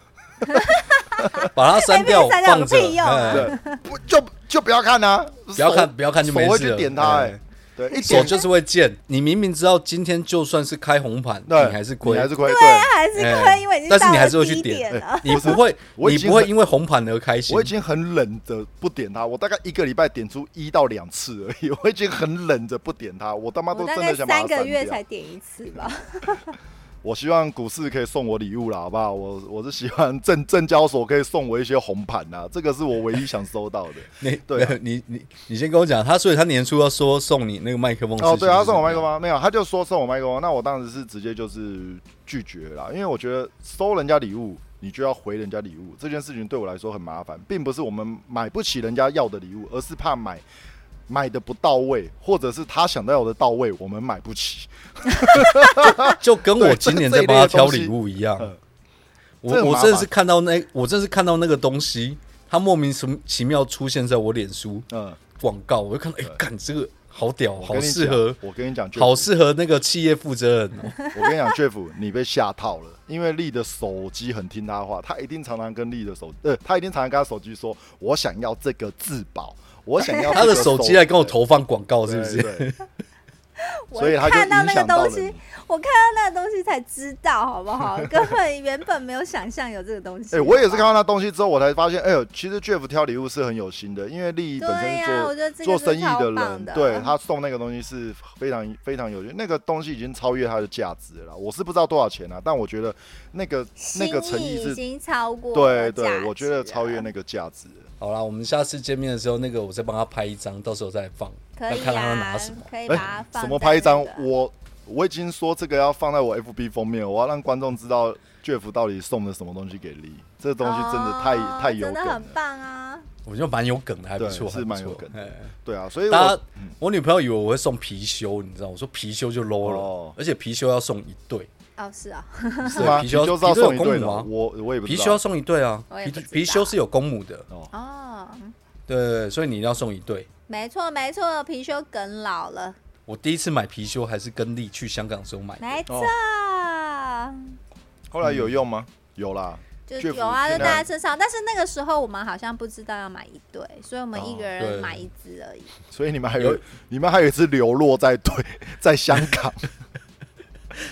A: 把它删掉
C: A P P
A: 放
C: 删掉有
A: 着，
C: 屁用啊
A: 哎
B: 对，不就就不要看啊，不
A: 不要看不要看就没事
B: 手
A: 了
B: 会去点它哎、
A: 哎
B: 对，一
A: 手
B: 点
A: 就是会贱。你明明知道今天就算是开红盘，你
B: 对，
A: 还是亏，
B: 你还是亏，
C: 他
B: 对。
C: 还是
A: 哎
C: 亏，因为已经
A: 但是
C: 到
A: 你
C: 了
A: 还是会去
C: 低点
A: 点
C: 了。
A: 你不会，
B: 我已
A: 你
B: 经
A: 不会
B: 很
A: 因为红盘而开心
B: 我已。经很冷的不点它，我大概一个礼拜点出一到两次而已， 我已经很冷着不点它，我他妈
C: 我
B: 都
C: 大
B: 真
C: 概
B: 的想把
C: 三
B: 它
C: 个
B: 删
C: 月
B: 掉
C: 才。点一次吧。
B: 我希望股市可以送我礼物啦，好不好？我我是希望证证交所可以送我一些红盘啦，这个是我唯一想收到的。
A: 你
B: 对啊
A: 没有你你你先跟我讲，他所以他年初要说送你那个麦克风的事情
B: 哦，对，他送我麦克
A: 是怎么样，
B: 风，没有，他就说送我麦克风，那我当时是直接就是拒绝啦，因为我觉得收人家礼物，你就要回人家礼物，这件事情对我来说很麻烦，并不是我们买不起人家要的礼物，而是怕买买的不到位，或者是他想要的到位，我们买不起。
A: 就跟我
B: 对
A: 今年
B: 这
A: 在
B: 这一类
A: 帮他
B: 的
A: 挑
B: 东西
A: 礼物一样
B: 嗯。这
A: 我
B: 很麻
A: 我
B: 烦
A: 真的是看到那，我真的是看到那个东西，它莫名其妙出现在我脸书
B: 嗯，
A: 广告，我就看到，哎，干这个好屌，
B: 我
A: 好
B: 跟你
A: 适
B: 讲
A: 合，
B: 我跟你讲，Jeff，
A: 好适合那个企业负责 人哦。
B: 我跟你讲，Jeff，你被吓套了，因为丽的手机很听他话，他一定常常跟丽的手，呃，他一定常常跟他手机说：“我想要这个自保，我想要这个
A: 他的手机来跟我投放广告，
B: 对
A: 是不是？
B: 对对
C: 我
B: 所以他就
C: 看到
B: 影
C: 那个
B: 响到
C: 东
B: 了
C: 西
B: 你。，
C: 我看到那个东西才知道，好 不好？根本原本没有想象有这个东西。
B: 哎、我也是看到那东西之后，我才发现，哎呦，其实 Jeff 挑礼物是很有心的，因为丽本身
C: 对
B: 是
C: 呀、我
B: 做、
C: 觉得这
B: 做
C: 个
B: 生
C: 是
B: 意
C: 超
B: 的
C: 棒
B: 人，
C: 的。
B: 对他送那个东西是非常非常有趣，那个东西已经超越它的价值了啦。我是不知道多少钱啊，但我觉得那个那个诚
C: 心
B: 意
C: 意已
B: 是，
C: 经超过
B: 对
C: 了价
B: 对，我觉得
C: 值
B: 超越
C: 了
B: 那个价值了。
A: 好啦，我们下次见面的时候，那个我再帮他拍一张，到时候再放，
C: 可以
A: 那看他要
C: 啊
A: 拿什么。
C: 可以
B: 哎
C: 把它放、
B: 什么拍一张？我我已经说这个要放在我 FB 封面，我要让观众知道 Jeff 到底送了什么东西给丽。这东西真的太、
C: 哦
B: 太有梗
C: 真的很
B: 了，
C: 棒啊！
A: 我觉得蛮有梗的，还不错，
B: 对是
A: 还不错
B: 蛮有梗的
A: 哎
B: 对啊，所以
A: 大家
B: 我，
A: 我女朋友以为我会送貔貅，你知道，我说貔貅就 low
B: 哦
A: 了，而且貔貅要送一对，
C: 哦，是啊，
B: 是吗？
A: 貔
B: 貔
A: 貅
B: 貅是要
A: 貔貅有
B: 送一对
A: 公
B: 的，
A: 母啊
B: 我我也不
A: 貔
B: 知
A: 貅要
B: 道。
A: 送一对啊，
C: 我也
A: 貔
C: 不知道
A: 貅貅是有公母的，
B: 哦，
C: 哦，
A: 对，所以你一定要送一对。
C: 没错没错，貔貅梗老了，
A: 我第一次买貔貅还是跟丽去香港的时候买的，
C: 没错。
B: 哦后来有
A: 嗯
B: 用吗？有啦，
C: 就
B: 确实
C: 有啊，就
B: 现在
C: 戴在身上，但是那个时候我们好像不知道要买一对，所以我们一个
A: 哦
C: 人
A: 对
C: 买一只而已。
B: 所以你们还
A: 有
B: 有你们还有一只流落在对 在香 港，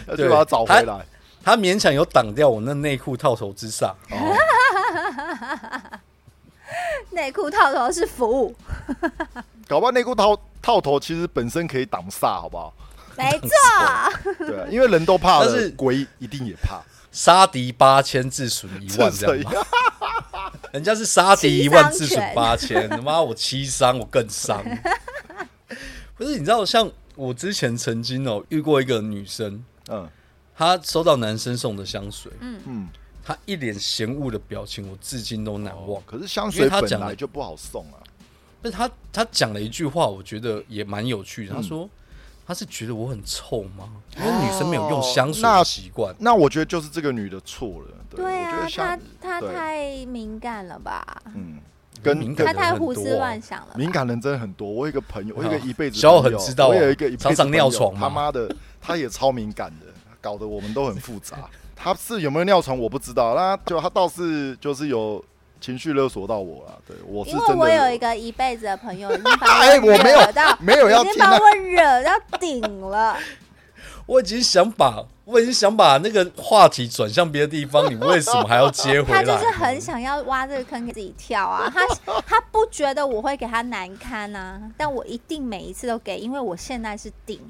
B: 要去把它找回来。
A: 她勉强有挡掉我那内裤套头之上。
B: 哦，
C: 内裤套头是服务，
B: 搞不好内裤套套头其实本身可以挡煞，好不 好？
C: 没错。
B: 对啊，因为人都怕
A: 但是
B: 了，鬼一定也 怕。
A: 杀敌八千，自损一万，这
B: 这
A: 样啊吗？人家是杀敌一万，自损
C: 七
A: 八千，他妈我七伤，我更伤。不是，你知道，像我之前曾经哦遇过一个女生，
B: 嗯
A: 她收到男生送的香水，
B: 嗯，
A: 她一脸嫌恶的表情，我至今都难忘。
B: 哦可是香
A: 因
B: 水
A: 为他
B: 本
A: 讲
B: 来
A: 的
B: 就不好送啊。
A: 但是她她讲了一句话，我觉得也蛮有趣
B: 嗯
A: 的。她说。她是觉得我很臭吗？因为女生没有用香水
B: 哦那
A: 的习惯，
B: 那我觉得就是这个女的错了。
C: 对
B: 我觉得，
C: 啊他
B: 像
C: 他
B: 对
C: 太敏感了吧？
B: 嗯，跟
A: 敏感
C: 他
A: 的人
C: 太
A: 很多
C: 胡思
A: 啊
C: 乱想了吧。
B: 敏感人真的很多。我有一个朋友，我有一个一辈子
A: 哦小
B: 朋友，
A: 友很知道啊
B: 我有一个一辈子
A: 常常
B: 朋友
A: 尿床嘛啊
B: 他妈的，他也超敏感的，搞得我们都很复杂。他是有没有尿床我不知道，那就他倒是就是有情绪勒索到我了。对我是
C: 因
B: 真
C: 为
B: 的，
C: 我有一个一辈子的朋友，已经把
B: 哎，我没有
C: 惹到，
B: 没有要
C: 已
B: 听啊
C: 经把
B: 那
C: 我惹到顶 了。
A: 我已经想把我已经想把那个话题转向别的地方，你为什么还要接回
C: 他
A: 来？
C: 就是
B: 嗯
C: 很想要挖这个坑给自己跳啊，他他不觉得我会给他难堪啊，但我一定每一次都给，因为我现在是顶。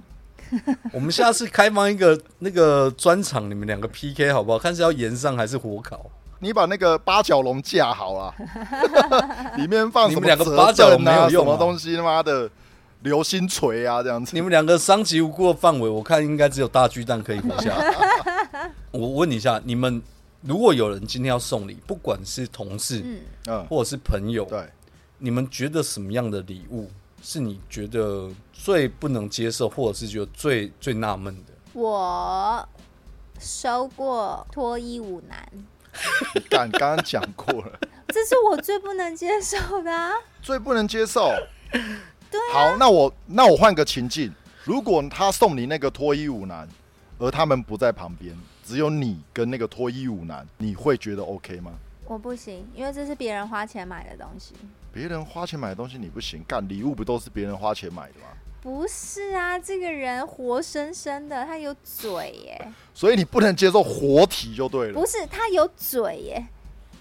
A: 我们下次开放一个那个专场，你们两个 PK 好不好？看是要延上还是火烤？
B: 你把那个八角笼架好了， 里面放
A: 你
B: 什
A: 们
B: 么
A: 两个
B: 折
A: 八角笼
B: 凳
A: 没有
B: 啊，什
A: 用
B: 么
A: 啊
B: 东西他妈的流星锤啊这样子
A: 你。们两个伤及无辜的范围，我看应该只有大巨蛋可以活下来。 我问你一下，你们如果有人今天要送礼，不管是同事、
C: 嗯，
B: 嗯，
A: 或者是朋友，
B: 对，
A: 你们觉得什么样的礼物是你觉得最不能接受，或者是觉得最最纳闷的？
C: 我收过脱衣舞男，
B: 你干刚刚讲过了，
C: 这是我最不能接受的、啊。
B: 最不能接受。对、好，那我那我换个情境，如果他送你那个脱衣舞男，而他们不在旁边，只有你跟那个脱衣舞男，你会觉得 OK 吗？
C: 我不行，因为这是别人花钱买的东西。
B: 别人花钱买的东西你不行，干礼物不都是别人花钱买的吗？
C: 不是啊，这个人活生生的，他有嘴耶，
B: 所以你不能接受活体就对了
C: 不。是他有嘴耶，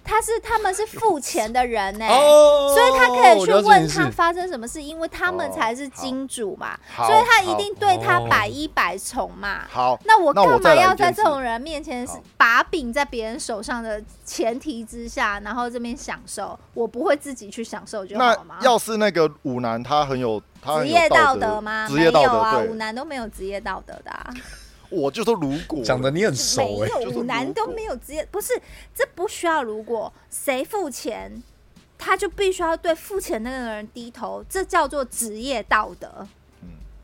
C: 他是他们是付钱的人呢。
A: 哦
C: 哎所以他可以去
A: 我了解
C: 问
A: 你
C: 他
A: 是
C: 发生什么事，因为他们才是金主嘛，
B: 哦好
C: 所以他一定对他
A: 好
C: 百依百从嘛。
B: 好，
C: 那我
B: 那我
C: 干
B: 再
C: 嘛
B: 来
C: 要
B: 一件
C: 在
B: 事
C: 这种人面前
B: 好
C: 把柄在别人手上的前提之下，然后这边享受？我不会自己去享受就
B: 那
C: 好吗？
B: 要是那个舞男他很有他
C: 职
B: 很有
C: 业道
B: 德
C: 吗？
B: 职业道
C: 没有啊，
B: 德
C: 五
B: 对，
C: 男都没有职业道德的、啊，
B: 我就说如果
A: 讲的你很熟哎、
C: 没
B: 就
C: 有
B: 是
C: 五男
B: 如
C: 都
B: 果
C: 没有职业，不是这不需要。如果谁付钱，
B: 嗯
C: 他就必须要对付钱那个人低头，这叫做职业道德。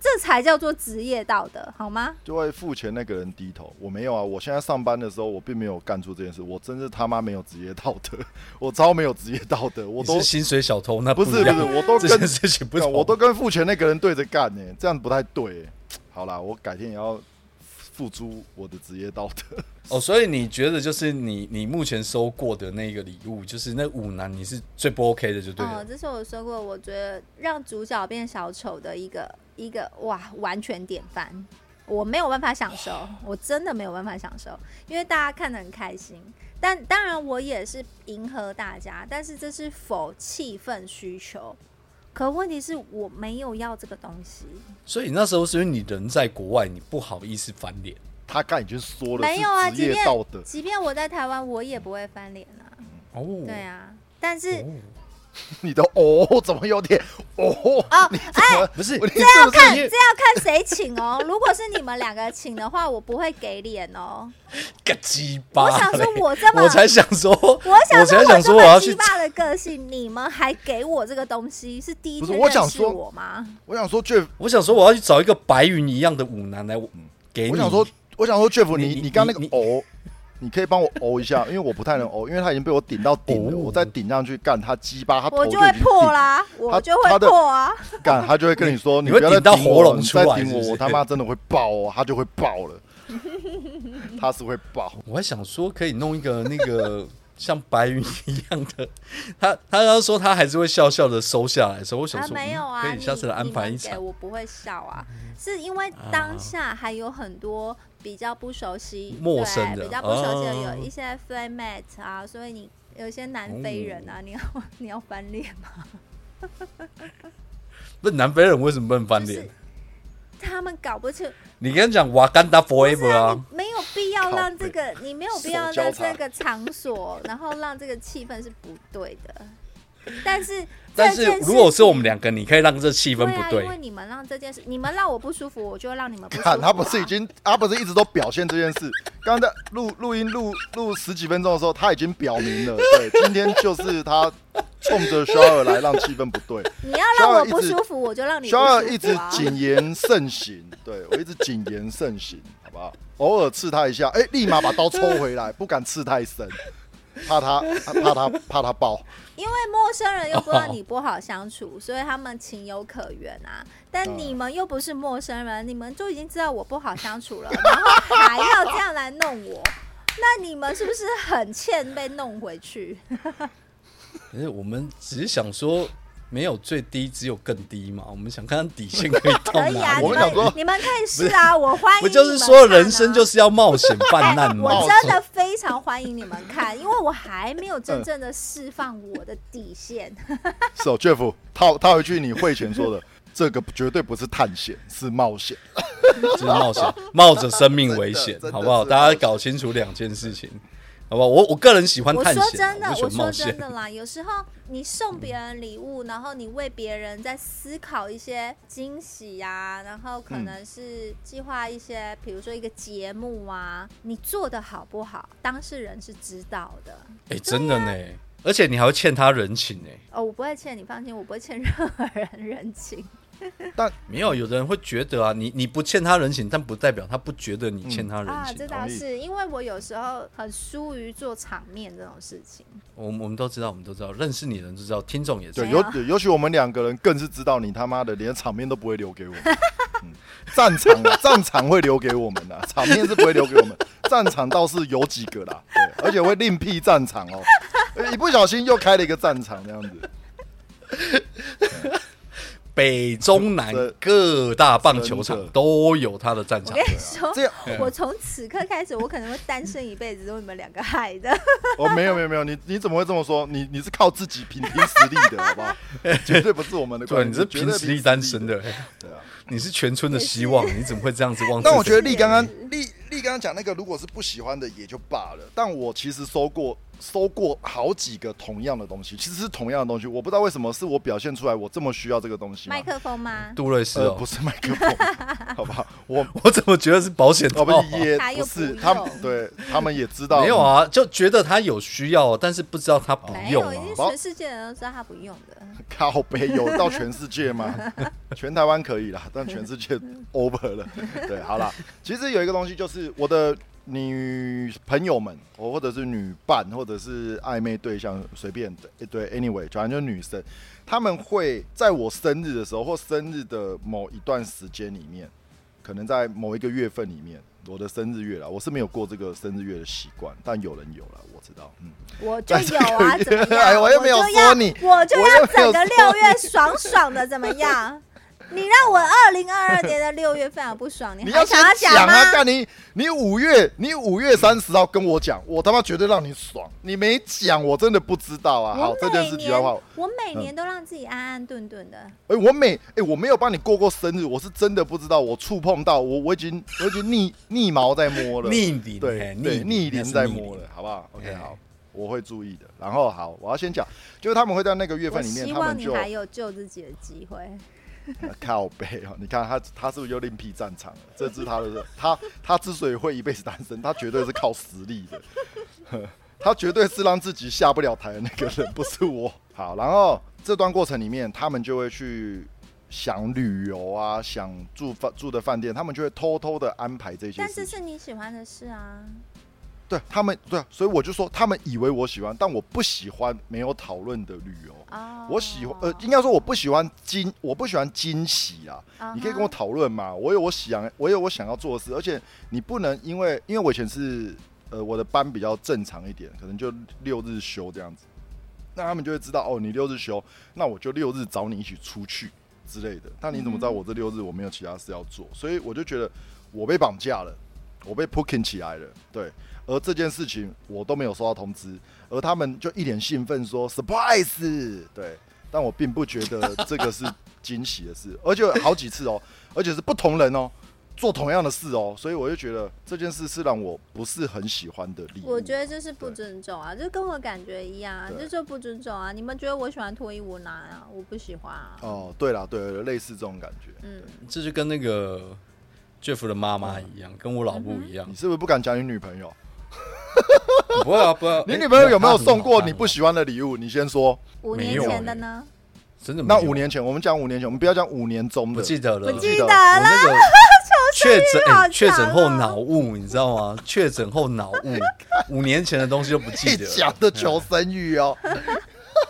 C: 这才叫做职业道德，好吗？
B: 就会付钱那个人低头。我没有啊，我现在上班的时候，我并没有干出这件事，我真是他妈没有职业道德， 我超没有职业道德，我
A: 我
B: 都
A: 是薪水小偷，那
B: 不
A: 一
B: 是不
A: 样
B: 是，我都
A: 这
B: 跟
A: 件事情不同，
B: 我都跟付钱那个人对着干呢，这样不太对、欸。好啦，我改天也要付出我的职业道德。
A: 哦。所以你觉得就是你你目前收过的那个礼物，就是那五男，你是最不 OK 的，就对了。
C: 嗯，这是我说过，我觉得让主角变小丑的一个一个哇，完全典范。我没有办法享受，我真的没有办法享受，因为大家看得很开心。但当然，我也是迎合大家，但是这是否气氛需求？可问题是我没有要这个东西，
A: 所以那时候是因为你人在国外，你不好意思翻脸。
B: 他刚已经说了
C: 没有啊。
B: 是职
C: 即
B: 业
C: 便
B: 道德，
C: 即便我在台湾，我也不会翻脸啊。
A: 哦，
C: 对啊，但是
A: 哦
B: 你的哦怎么有点哦？
C: 哦
B: 你怎么、
A: 不是
B: 你是
A: 这
B: 不
C: 看这
B: 是
C: 要看谁 请哦。如果是你们两个请的话，我不会给脸 哦。
A: 个鸡巴
C: 我
A: 嘞！
C: 想说，我这么，
A: 我才想说，
C: 我想
A: 才想
C: 说，
A: 我要去
C: 这么鸡巴的个性，你们还给我这个东西，是第一
B: 不是
C: 天
B: 我想
C: 认识
B: 说
C: 我吗？
B: 我想说 Jeff，
A: 我想说我要去找一个白云一样的舞男来我给你。
B: 我想说，我想说 Jeff，
A: 你
B: 你
A: 你
B: 你刚那个
A: 你
B: 哦，你可以帮我哦一下，因为我不太能哦，因为他已经被我顶到顶了，
A: 哦
B: 我再顶上去干他鸡巴，他头
C: 我
B: 就
C: 就会
B: 已经
C: 破
B: 顶
C: 啦，
B: 他
C: 我就
B: 他
C: 会
B: 的
C: 破啊！
B: 干，他就会跟你说，
A: 你
B: 不要再
A: 会顶到
B: 顶我
A: 喉
B: 了
A: 咙
B: 你
A: 出
B: 再
A: 来
B: 顶
A: 是
B: 我，
A: 不是
B: 我他妈真的会爆哦，他就会爆了，他是会爆。
A: 我还想说可以弄一个那个 像白云一样的，他他要说他还是会笑笑的收下来的时候，我想
C: 啊，
A: 说、
C: 没有啊，
A: 嗯可以
C: 你
A: 下次来安排
C: 你
A: 一
C: 们给
A: 场。嗯
C: 我不会笑啊，是因为当下还有很多比较不熟悉、
A: 陌生的
C: 对比较不熟悉的
A: 哦
C: 有一些 playmate 啊，所以你有一些南非人啊，你要 你要翻脸吗？
A: 不是南非人为什么不能翻
C: 就
A: 脸？
C: 是他们搞不清，
A: 你跟他讲瓦干达 forever 啊，
C: 你没有必要让这个，你没有必要让
B: 手交叉
C: 这个场所，然后让这个气氛是不对的。但是，
A: 但是
C: 这件事
A: 如果是我们两个，你可以让这气氛
C: 对
A: 不
C: 啊，
A: 对
C: 因为。你们让这件事，你们让我不舒服，我就会让你们不舒服、啊。
B: 看他不是已经，他不是一直都表现这件事。刚刚在录录音录录十几分钟的时候，他已经表明了，对，今天就是他冲着肖尔来，让气氛不对。
C: 你要让我
B: Shower
C: 不
B: 一直
C: 舒服，我就让你不舒
B: 肖
C: 服、啊。
B: 尔一直谨言慎 行，对我一直谨言慎行，好不好？偶尔刺他一下，哎、立马把刀抽回 来，不敢刺太深，怕他怕他怕他爆。
C: 因为陌生人又不知道你不好相处，所以他们情有可原啊。但你们又不是陌生人，你们就已经知道我不好相处了，然后还要这样来弄我，那你们是不是很欠被弄回去？
A: 可是我们只是想说，没有最低，只有更低嘛。我们想看看底线可以到
C: 可以
A: 哪
C: 啊，
A: 里。
C: 你
B: 我们想说
C: 们你们可以试啊，我欢迎。。
A: 不就是说人生就是是要冒险
C: 哎
A: 犯难吗？
C: 啊 我真的非常欢迎你们看，因为我还没有
A: 嗯
C: 真正的释放我的底 线。
B: 是哦，Jeff 套套回去你会前说的，这个绝对不是探险，是冒险。
A: 就是冒险， 冒着生命危险
B: 真的真，的
A: 好不好？
B: 是
A: 大家搞清楚两件事情，好不好？我我个人喜欢
C: 我
A: 探
C: 说
A: 险啊，
C: 真的，
A: 不
C: 我
A: 喜欢
C: 说
A: 冒
C: 真
A: 险。
C: 的啦，有时候你送别人礼物，然后你为别人在思考一些惊喜呀、然后
A: 嗯
C: 可能是计划一些，比如说一个节目啊，你做的好不好，当事人是知道的。
A: 哎、真的呢，而且你还会欠他人情哎、
C: 哦，我不会欠你，放心，我不会欠任何人人情。
A: 没有，有的人会觉得啊，你你不欠他人情，但不代表他不觉得你欠他人
C: 啊，
A: 情。
C: 这倒
B: 同意
C: 是，因为我有时候很疏于做场面这种事情。
A: 我们我们都知道，我们都知道，认识你的人都知道，听众也知
B: 对，
A: 道。
C: 没
B: 尤
C: 有
B: 尤其我们两个人更是知道你他妈的连场面都不会留给我们，嗯战场 啊，战场会留给我们的、场面是不会留给我们，战场倒是有几个啦，对，而且会另辟战场 哦，一不小心又开了一个战场这样子，
A: 北中南
B: 这
A: 各大棒球
B: 真
A: 场
B: 的
A: 都有他的战
C: 我
A: 场
C: 跟。你说，
B: 啊这样嗯
C: 我从此刻开始，我可能会单身一辈子，都是你们两个害的。
B: 哦，没有没有没有，你你怎么会这么说？你你是靠自己凭凭实力的好 不好？绝对不是我们的关
A: 对，啊你是
B: 系，绝对
A: 凭实力单身的，嘿
B: 对啊。
A: 你是全村的希望，你怎么会这样子忘记？
B: 但我觉得丽刚刚丽丽刚刚讲那个，如果是不喜欢的也就罢了。但我其实收过收过好几个同样的东西，其实是同样的东西，我不知道为什么是我表现出来我这么需要这个东西吗
C: 麦？克风吗？
A: 杜蕾斯
B: 呃，
A: 哦，
B: 不是麦克风， 好吧，我
A: 我怎么觉得是保险套
B: 我
A: 啊、
B: 们也
C: 他又
B: 哦不是
C: 不
B: 他们
C: 用，
B: 对他们也知道
A: 没有啊，就觉得他有需要，但是不知道他不
C: 没
A: 用
C: 有，
A: 啊
C: 因为。
B: 好
C: 全世界人都知道他不用 的。
B: 靠北有到全世界吗？ 全台湾可以啦，但全世界 over 了。对，好啦，其实有一个东西就是我的女朋友们，我或者是女伴，或者是暧昧对象，随便的，诶对，anyway，反正就是女生，她们会在我生日的时候，或生日的某一段时间里面，可能在某一个月份里面。我的生日月啦，我是没有过这个生日月的习惯，但有人有了，我知道，嗯，
C: 我就有啊，怎么
B: 哎
C: 样？
B: 我又没有
C: 就要
B: 说你
C: 我就
B: 我
C: 要
B: 又没
C: 整
B: 有
C: 个
B: 说
C: 六月爽爽的，怎么样？你让我二零二二年的六月非常不爽，你
B: 你
C: 还
B: 要先
C: 想要
B: 讲啊！
C: 吗？
B: 干你，你五月，你五月三十号跟我讲，我他妈绝对让你爽。你没讲，我真的不知道啊。好
C: 我，
B: 这件
C: 每
B: 事题
C: 年
B: 的话，
C: 我每年都让自己安安顿顿的，
B: 哎、我每哎、我没有帮你过过生日，我是真的不知道，我触碰到我，我已经我已经逆逆毛在摸了，
A: 逆鳞
B: 对
A: 嘿
B: 对逆
A: 逆
B: 鳞
A: 鳞
B: 在摸了，，好不好？OK，
A: 哎
B: 好，我会注意的。然后好，我要先讲，就是他们会在那个月
C: 我
B: 份里面，
C: 希
B: 他
C: 望
B: 们
C: 你
B: 就
C: 还有救自己的机会。
B: 靠背哦，你看他他是不是又另辟战场了？这是他的，他他之所以会一辈子单身，他绝对是靠实力的， 他绝对是让自己下不了台的那个人，不是我。好，然后这段过程里面，他们就会去想旅游啊，想住饭住的饭店，他们就会偷偷的安排这些
C: 但
B: 事
C: 这
B: 情。
C: 是你喜欢的事啊，
B: 对他们，对啊，所以我就说，他们以为我喜欢，但我不喜欢没有讨论的旅游。
C: 哦，
B: 我喜欢，呃，应该说我不喜欢惊，我不喜欢惊喜啊。
C: 啊哈
B: 你可以跟我讨论嘛，我有我想，我有我想要做的事，而且你不能因为，因为我以前是，呃，我的班比较正常一点，可能就六日休这样子，那他们就会知道哦，你六日休，那我就六日找你一起出去之类的。但你怎么知
C: 嗯
B: 道我这六日我没有其他事要做？所以我就觉得我被绑架了，我被 poking 起来了，对。而这件事情我都没有收到通知，而他们就一脸兴奋说 surprise，对，但我并不觉 得这个是惊喜的事，而且有好几次哦，而且是不同人哦，做同样的事哦，所以我就觉得这件事是让我不是很喜欢的礼物。
C: 我觉得就是不
B: 对
C: 尊重啊，就跟我感觉一样啊，
B: 对
C: 这就不尊重啊。你们觉得我喜欢脱衣舞男啊，我不喜欢啊。
B: 哦，对啦，对对，类似这种感觉。
C: 嗯，
A: 这就跟那个 Jeff 的妈妈一样，跟我老婆一样
B: 你。是不是不敢讲你女朋友？
A: 不会啊，不会 啊。
B: 你
A: 哎
B: 女朋友有没有送过
A: 她
B: 你
A: 很好
B: 不喜欢的礼物？你先说。
C: 五
A: 没
C: 年
A: 有
C: 前
A: 欸
C: 的呢？
A: 真的没
B: 那
A: 有
B: 五年前，我们讲五年前，我们不要讲五年中
A: 不
B: 的。
A: 记得了，
C: 不记
B: 得
C: 得
A: 我
C: 了，
A: 那 个确诊
C: 好
A: 哎确诊
C: 长
A: 后
C: 哦
A: 脑雾，你知道吗？确诊后脑雾，五年前的东西都不记
B: 一
A: 得嗯 了。
B: 讲的求生欲哦，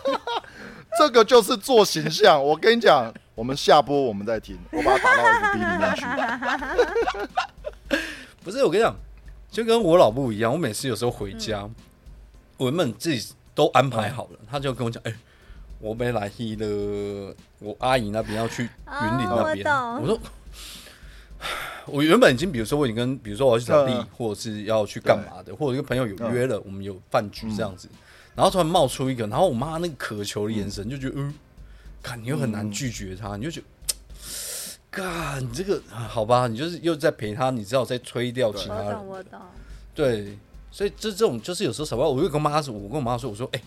B: 这个就是做形象。我跟你讲，我们下播我们再听，我把它打到 FB 里面去。
A: 不是我跟你讲，就跟我老婆一样，我每次有时候回家，
C: 嗯
A: 我原本自己都安排好了，他就跟我讲，哎、我本来去了我阿姨那边要去云林那边，
C: 哦
A: 我
C: 我懂
A: 说。 我原本已经，比如说我已经跟，比如说我要去找地
B: 嗯，
A: 或者是要去干嘛的，或者一个朋友有约了，我们有饭局这样子，然后突然冒出一个，然后我妈那个渴求的眼神，就觉得，嗯，看你又很难拒绝他，你就觉得，干，你这个啊好吧，你就是又在陪他，你知道在推掉其他
C: 我
A: 人
C: 懂，，我懂。
A: 对，所以这这种就是有时候少不了。我就跟妈说，我跟我妈说，我说，哎、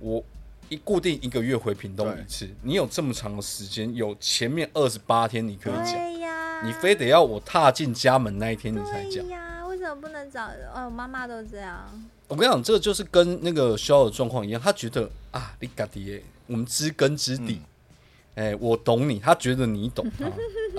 A: 我一固定一个月回屏东
B: 对
A: 一次，你有这么长的时间，有前面二十八天你可以讲，
C: 对呀，
A: 你非得要我踏进家门那一天你才讲
C: 对。呀，为什么不能找？哦，我妈妈都这样。
A: 我跟你讲，这个就是跟那个肖的状况一样，他觉得啊，你嘎迪，我们知根知底，哎、我懂你，他觉得你 懂他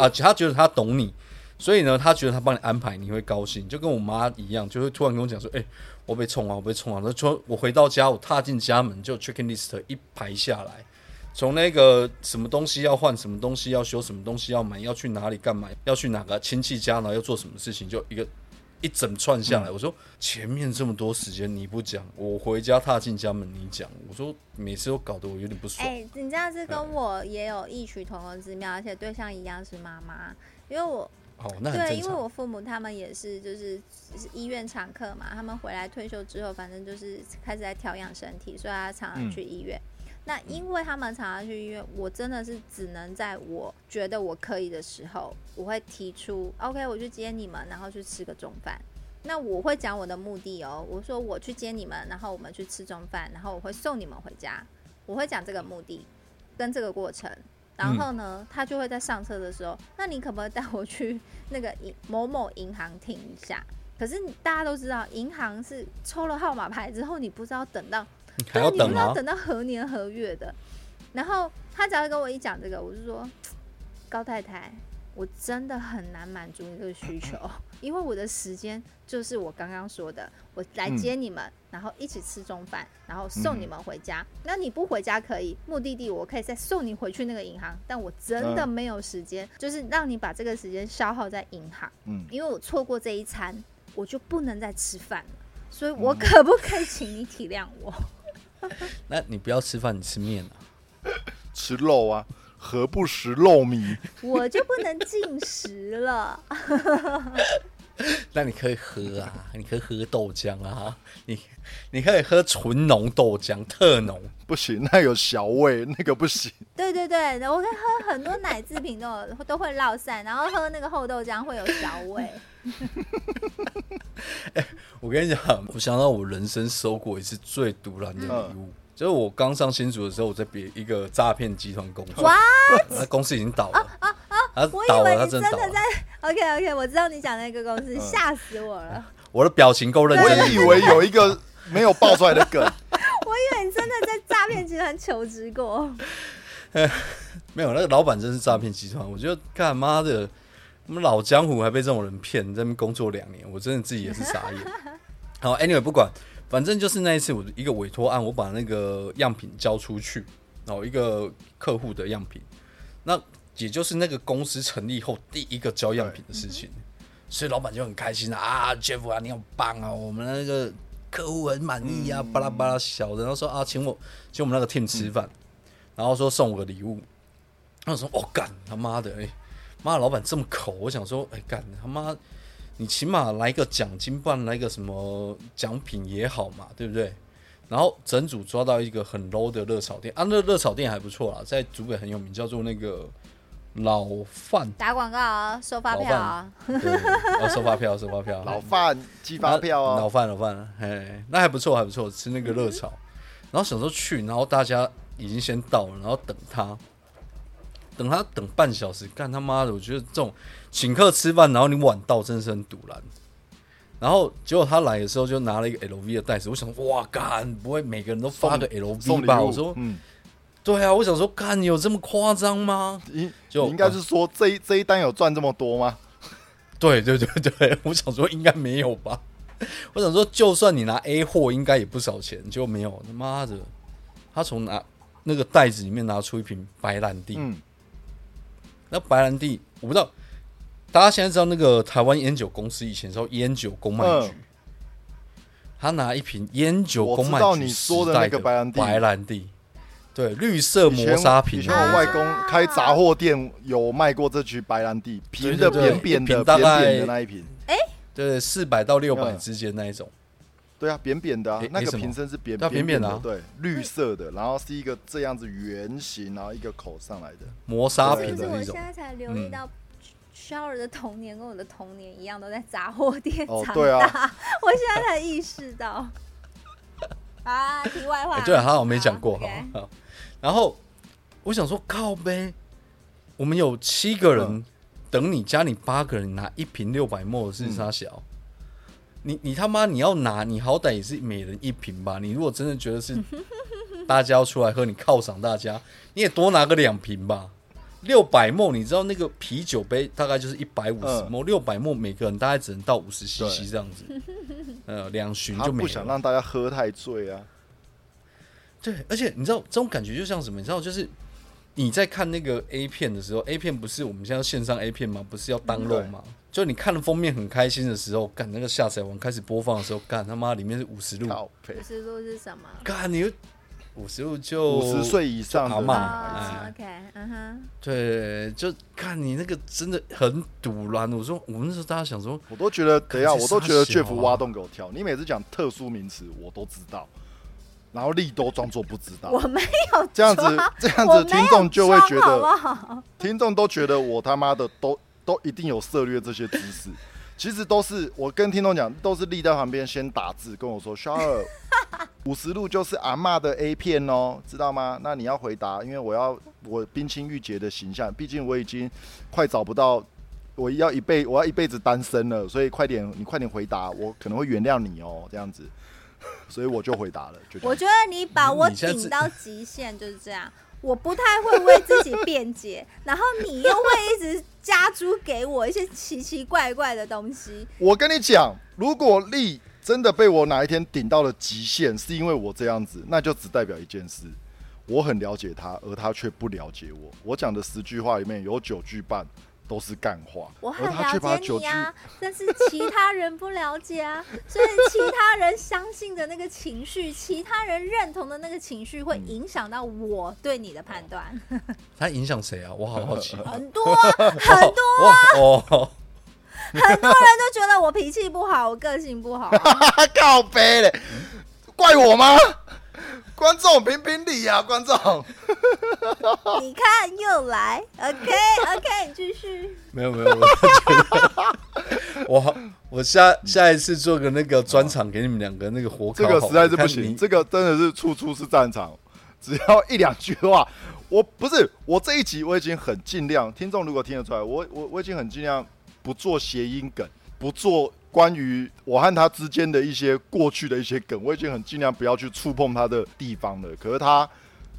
A: 啊，他觉得他懂你，所以呢，他觉得他帮你安排，你会高兴，就跟我妈一样，就会突然跟我讲说，哎、我被冲啊，我被冲啊，那说我回到家，我踏进家门就 check in list 一排下来。从那个什么东西要换，什么东西要修，什么东西要买，要去哪里干嘛，要去哪个亲戚家，然后要做什么事情，就一个一整串下
C: 嗯
A: 来，我说前面这么多时间你不讲，我回家踏进家门你讲，我说每次都搞得我有点不爽。
C: 哎，你这样子
A: 嗯
C: 跟我也有异曲同工之妙，而且对象一样是妈妈，因为我
A: 哦，那很
C: 对，啊
A: 正
C: 因为
A: 常。
C: 我父母他们也是就是是医院常客嘛，他们回来退休之后，反正就是开始在调养身体，所以他常
A: 嗯
C: 常去医院。那因为他们常常去医院，我真的是只能在我觉得我可以的时候，我会提出 OK，我去接你们，然后去吃个中饭。那我会讲我的目的哦，我说我去接你们，然后我们去吃中饭，然后我会送你们回家，我会讲这个目的跟这个过程。然后呢，他就会在上车的时候，那你可不可以带我去那个银某某银行停一下？可是你大家都知道，银行是抽了号码牌之后，你不知道等到
A: 还要
C: 对，你不
A: 等哦
C: 知
A: 吗
C: 道？等到何年何月的。然后他只要跟我一讲这个，我就说，高太太，我真的很难满足你这个需求， 因为我的时间就是我刚刚说的，我来接你们，然后一起吃中饭，然后送你们回家。
A: 嗯
C: 那你不回家可以，目的地我可以再送你回去那个银行，但我真的
B: 嗯
C: 没有时间，就是让你把这个时间消耗在银行。
B: 嗯，
C: 因为我错过这一餐，我就不能再吃饭了，所以
A: 嗯
C: 我可不可以请你体谅我？
A: 那你不要吃饭，你吃面啊。
B: 吃肉啊，何不食肉糜？
C: 我就不能进食了。
A: 那你可以喝啊，你可以喝豆浆啊，你你可以喝纯浓豆浆，特浓。
B: 不行，那有小胃，那个不行。
C: 对对对，我可以喝很多奶制品都有都会落散，然后喝那个厚豆浆会有小味。
A: 我跟你讲，我想到我人生收过一次最毒然的礼物，就是我刚上新竹的时候，我在别一个诈骗集团工作，
C: 哇，
A: 那公司已经倒了，他
C: 啊我
A: 倒了，
C: 以为
A: 他
C: 你真
A: 倒
C: 的
A: 了
C: 在。。OK OK，我知道你讲那个公司，
A: 嗯
C: 吓死我了。
A: 我的表情够认
B: 我
A: 真，
B: 也以为有一个没有爆出来的梗，
C: 我以为你真的在诈骗集团求职过。，
A: 没有，那个老板真是诈骗集团。我觉得干妈的，我们老江湖还被这种人骗，在那边工作两年，我真的自己也是傻 眼。好，anyway 不管，反正就是那一次我一个委托案，我把那个样品交出去，然后一个客户的样品，那也就是那个公司成立后第一个交样品的事情，嗯所以老板就很开心啊啊，Jeff 啊，你很棒啊，我们那个客户很满意啊，巴拉巴拉小的，然后说啊，请我请我们那个 team 吃饭，然后说送我个礼物，然后我说哦干他妈的，哎、妈的老板这么抠，我想说，哎、干他妈。你起码来个奖金，不然来个什么奖品也好嘛，对不对？然后整组抓到一个很 low 的热炒店，啊，那热炒店还不错啦，在竹北很有名，叫做那个老范
C: 打广告啊，收发
A: 老
C: 票啊
A: 范，，对，要收发票，收发票，
B: 老范寄发票
A: 老
B: 啊，
A: 饭老饭，哎，那还不错，还不错，吃那个热炒。
B: 嗯
A: 然后想说去，然后大家已经先到了，然后等他，等他等半小时，干他妈的！我觉得这种请客吃饭，然后你晚到，真的是很堵然。然后结果他来的时候就拿了一个 LV 的袋子，我想说哇干，不会每个人都发个
B: 送
A: LV
B: 礼
A: 吧？
B: 物。
A: 我说
B: 嗯，
A: 对啊，我想说干有这么夸张吗？
B: 你
A: 就哦
B: 你应该是说这一这一单有赚这么多吗？
A: 对对对对，我想说应该没有吧。我想说，就算你拿 A 货，应该也不少钱，就没有。他妈的，他从拿那个袋子里面拿出一瓶白兰地，
B: 嗯，
A: 那白兰地我不知道，大家现在知道那个台湾烟酒公司以前叫烟酒公卖局，
B: 嗯
A: 他拿一瓶烟酒
B: 我
A: 公卖
B: 知道
A: 局
B: 你
A: 时
B: 说的
A: 代
B: 那个白兰地
A: 白兰地，对，绿色
B: 以
A: 磨
B: 前
A: 砂瓶
B: 以前
A: 啊，
B: 我外公开杂货店有卖过这区白兰地，
A: 对
B: 平的
A: 对对
B: 扁扁
A: 一
B: 的
A: 瓶大
B: 扁
A: 概
B: 扁的那一瓶。
A: 对，四百到六百
B: 嗯
A: 之间那一种。
B: 对啊，扁扁的啊
A: 诶，
B: 那
A: 诶
B: 个
A: 什么
B: 瓶身是扁
A: 对啊扁扁
B: 扁
A: 的啊
B: 的，对，绿色的，然后是一个这样子圆形，然后一个口上来的。
A: 磨砂
C: 是
A: 瓶
C: 不是
A: 的
C: 我
A: 那
C: 现
A: 种，嗯
C: 在才留意到 s h a r 的童年跟我的童年一样，都在杂货店
B: 哦
C: 长
B: 对啊
C: 大。我现在才意识到。啊，题外话
A: 哎、，对啊，他好像没讲过
C: 好
A: 哈
C: OK。
A: 好然后我想说，靠呗，我们有七个人
B: 嗯
A: 等你，加你八个人拿一瓶六百沫是啥小？
B: 嗯
A: 你你他妈你要拿，你好歹也是每人一瓶吧。你如果真的觉得 是大家要出来喝，你犒赏大家，你也多拿个两瓶吧。六百沫，你知道那个啤酒杯大概就是一百五十
B: 嗯
A: 沫，六百沫每个人大概只能到五十 CC
B: 对
A: 这样 子，呃，两巡
B: 他
A: 就没
B: 不
A: 了。
B: 想让大家喝太醉啊。
A: 对，而且你知道这种感觉就像什么？你知道，就是你在看那个 A 片的时候，A 片不是我们现在线上 A 片吗？不是要当肉
B: 嗯对
A: 吗？就你看了封面很开心的时候，干那个下载完开始播放的时候，干他妈里面是五十路，
B: 靠背
C: 五，十路是什么？
A: 干你五十路就
B: 50岁以上的
A: 就阿
B: 嘛
A: 嬷
C: 啊、
A: 哎
C: o k 嗯哼，
A: 对，就看你那个真的很堵然。我说我们那时候大家想说，
B: 我都觉得，等一下，
A: 看这
B: 我都觉得
A: 傻小啊
B: Jeff 挖洞给我跳。你每次讲特殊名词，我都知道，然后力都装作不知道
C: 我。没有
B: 这样子
C: 抓，
B: 这样
C: 我
B: 子，
C: 没
B: 听
C: 有
B: 众就会觉
C: 装好不
B: 得，
C: 好？
B: 听众都觉得我他妈的都都一定有涉略这些知识，其实都是我跟听众讲，都是立在旁边先打字跟我说：“小 二，五十路就是阿嬷的 A 片哦，知道吗？”那你要回答，因为我要我冰清玉洁的形象，毕竟我已经快找不到，我要一辈我要一辈子单身了，所以快点你快点回答，我可能会原谅你哦，这样子，所以我就回答了，就这
C: 我
B: 样
C: 觉得你把我
A: 你现在
C: 顶
A: 是
C: 到极限就是这样，我不太会为自己辩解，然后你又会一直加诸给我一些奇奇怪怪的东西。
B: 我跟你讲，如果力真的被我哪一天顶到了极限，是因为我这样子，那就只代表一件事：我很了解他，而他却不了解我。我讲的十句话里面有九句半都是干话，
C: 我
B: 而
C: 很
B: 他却把
C: 了解
B: 九
C: 你
B: 句
C: 啊，但是其他人不了解啊，所以其他人相信的那个情绪，其他人认同的那个情绪，会影响到我对你的判断。
A: 嗯他影响谁啊？我好好 奇。
C: 很多啊很多
A: 哇哦，
C: 很多人都觉得我脾气不好，我个性不好啊，
B: 告白嘞，怪我吗？观众评评理啊，观众！
C: 你看又 来，OK OK，你继续。
A: 没有没有，我觉得我我下下一次做个那个专场给你们两个那个火烤
B: 这
A: 好
B: 个
A: 了，
B: 实在是不
A: 看你
B: 行，这个真的是处处是战场，只要一两句话，我不是我这一集我已经很尽量，听众如果听得出来，我我我已经很尽量不做谐音梗，不做关于我和他之间的一些过去的一些梗，我已经很尽量不要去触碰他的地方了。可是他，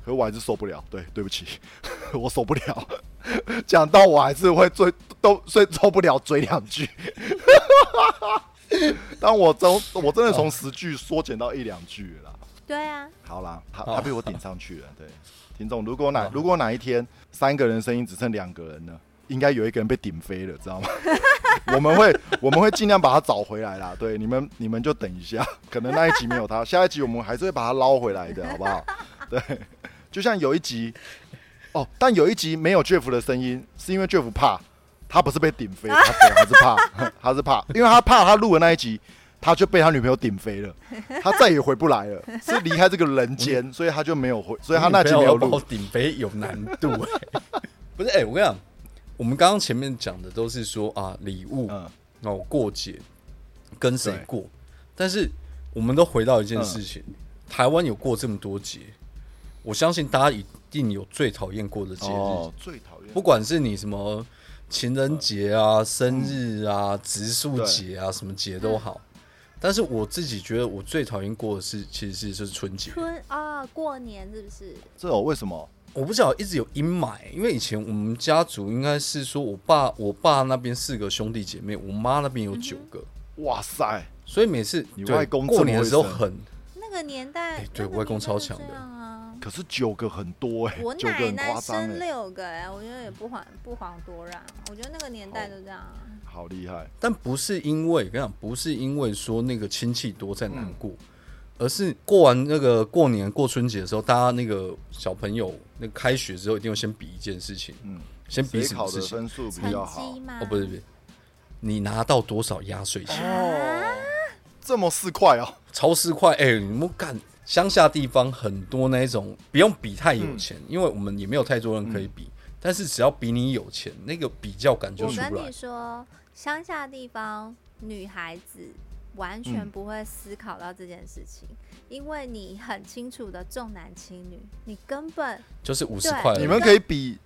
B: 可是我还是受不了，对，对不起， 我受不了，讲到我还是会最都最受不了嘴两句。但我从我真的从十句缩减到一两句了啦。
C: 对啊，
B: 好啦，他
A: 好
B: 他被我顶上去了。对， 听众，如果哪如果哪一天三个人声音只剩两个人呢，应该有一个人被顶飞了，知道吗？ 我们会我们会尽量把他找回来啦。对，你们你们就等一下， 可能那一集没有他，下一集我们还是会把他捞回来的，好不好？对，就像有一集哦，但有一集没有 Jeff 的声音，是因为 Jeff 怕，他不是被顶飞，他飞他是怕， 他是怕，因为他怕他录的那一集。他就被他女朋友顶飞了，他再也回不来了，是离开这个人间，所以他就没有回，所以他那集没有
A: 要把我
B: 录。
A: 顶杯有难度哎、不是哎、我跟你讲，我们刚刚前面讲的都是说啊礼物、
B: 嗯
A: 哦过节跟谁
B: 对嗯
A: 过，但是我们都回到一件事情，台湾有过这么多节，我相信大家一定有最讨厌过的节日，
B: 哦，最讨厌
A: 不管是你什么情人节
B: 嗯
A: 啊、生日啊、植树节啊，什么节都好。但是我自己觉得我最讨厌过的是，其实是就是春节。
C: 春啊、过年是不是？
B: 这种为什么？
A: 我不晓得一直有阴霾，因为以前我们家族应该是说我爸我爸那边四个兄弟姐妹，我妈那边有九个，
B: 哇塞，
A: 所以每次
B: 嗯你
A: 对
B: 外公这么
A: 过年的时候
B: 会生
A: 很
C: 那个年代，
A: 哎对
C: 那个
A: 外公
C: 年代
A: 超
C: 就
A: 强的
C: 这样啊。
B: 可是九个很多哎、
C: 我
B: 九个
C: 奶
B: 很
C: 奶
B: 夸张
C: 生
A: 欸
B: 哎，
C: 六个哎、我觉得也不遑不遑多让。啊我觉得那个年代就这样、啊。
B: 好厉害。
A: 但不是因为跟你讲，不是因为说那个亲戚多在难过，
B: 嗯
A: 而是过完那个过年过春节的时候，大家那个小朋友那个开学之后，一定要先比一件事情，
B: 嗯，
A: 先比
B: 谁
A: 什么
B: 考
A: 事
B: 的
A: 情？
B: 分数比
C: 成
B: 较好
C: 绩？吗？啊
A: 哦，不是不是，你拿到多少压岁钱？
B: 哦，这么四块哦，
A: 超市块，哎、你们干乡下地方很多那一种不用比太有钱，
B: 嗯
A: 因为我们也没有太多人可以比，但是只要比你有钱，那个比较感就
C: 我
A: 出来
C: 跟。你说，乡下地方女孩子完全
A: 嗯
C: 不会思考到这件事情，因为你很清楚的重男轻女，你根本
A: 就是五十
C: 对
A: 块而已，
B: 你们可以比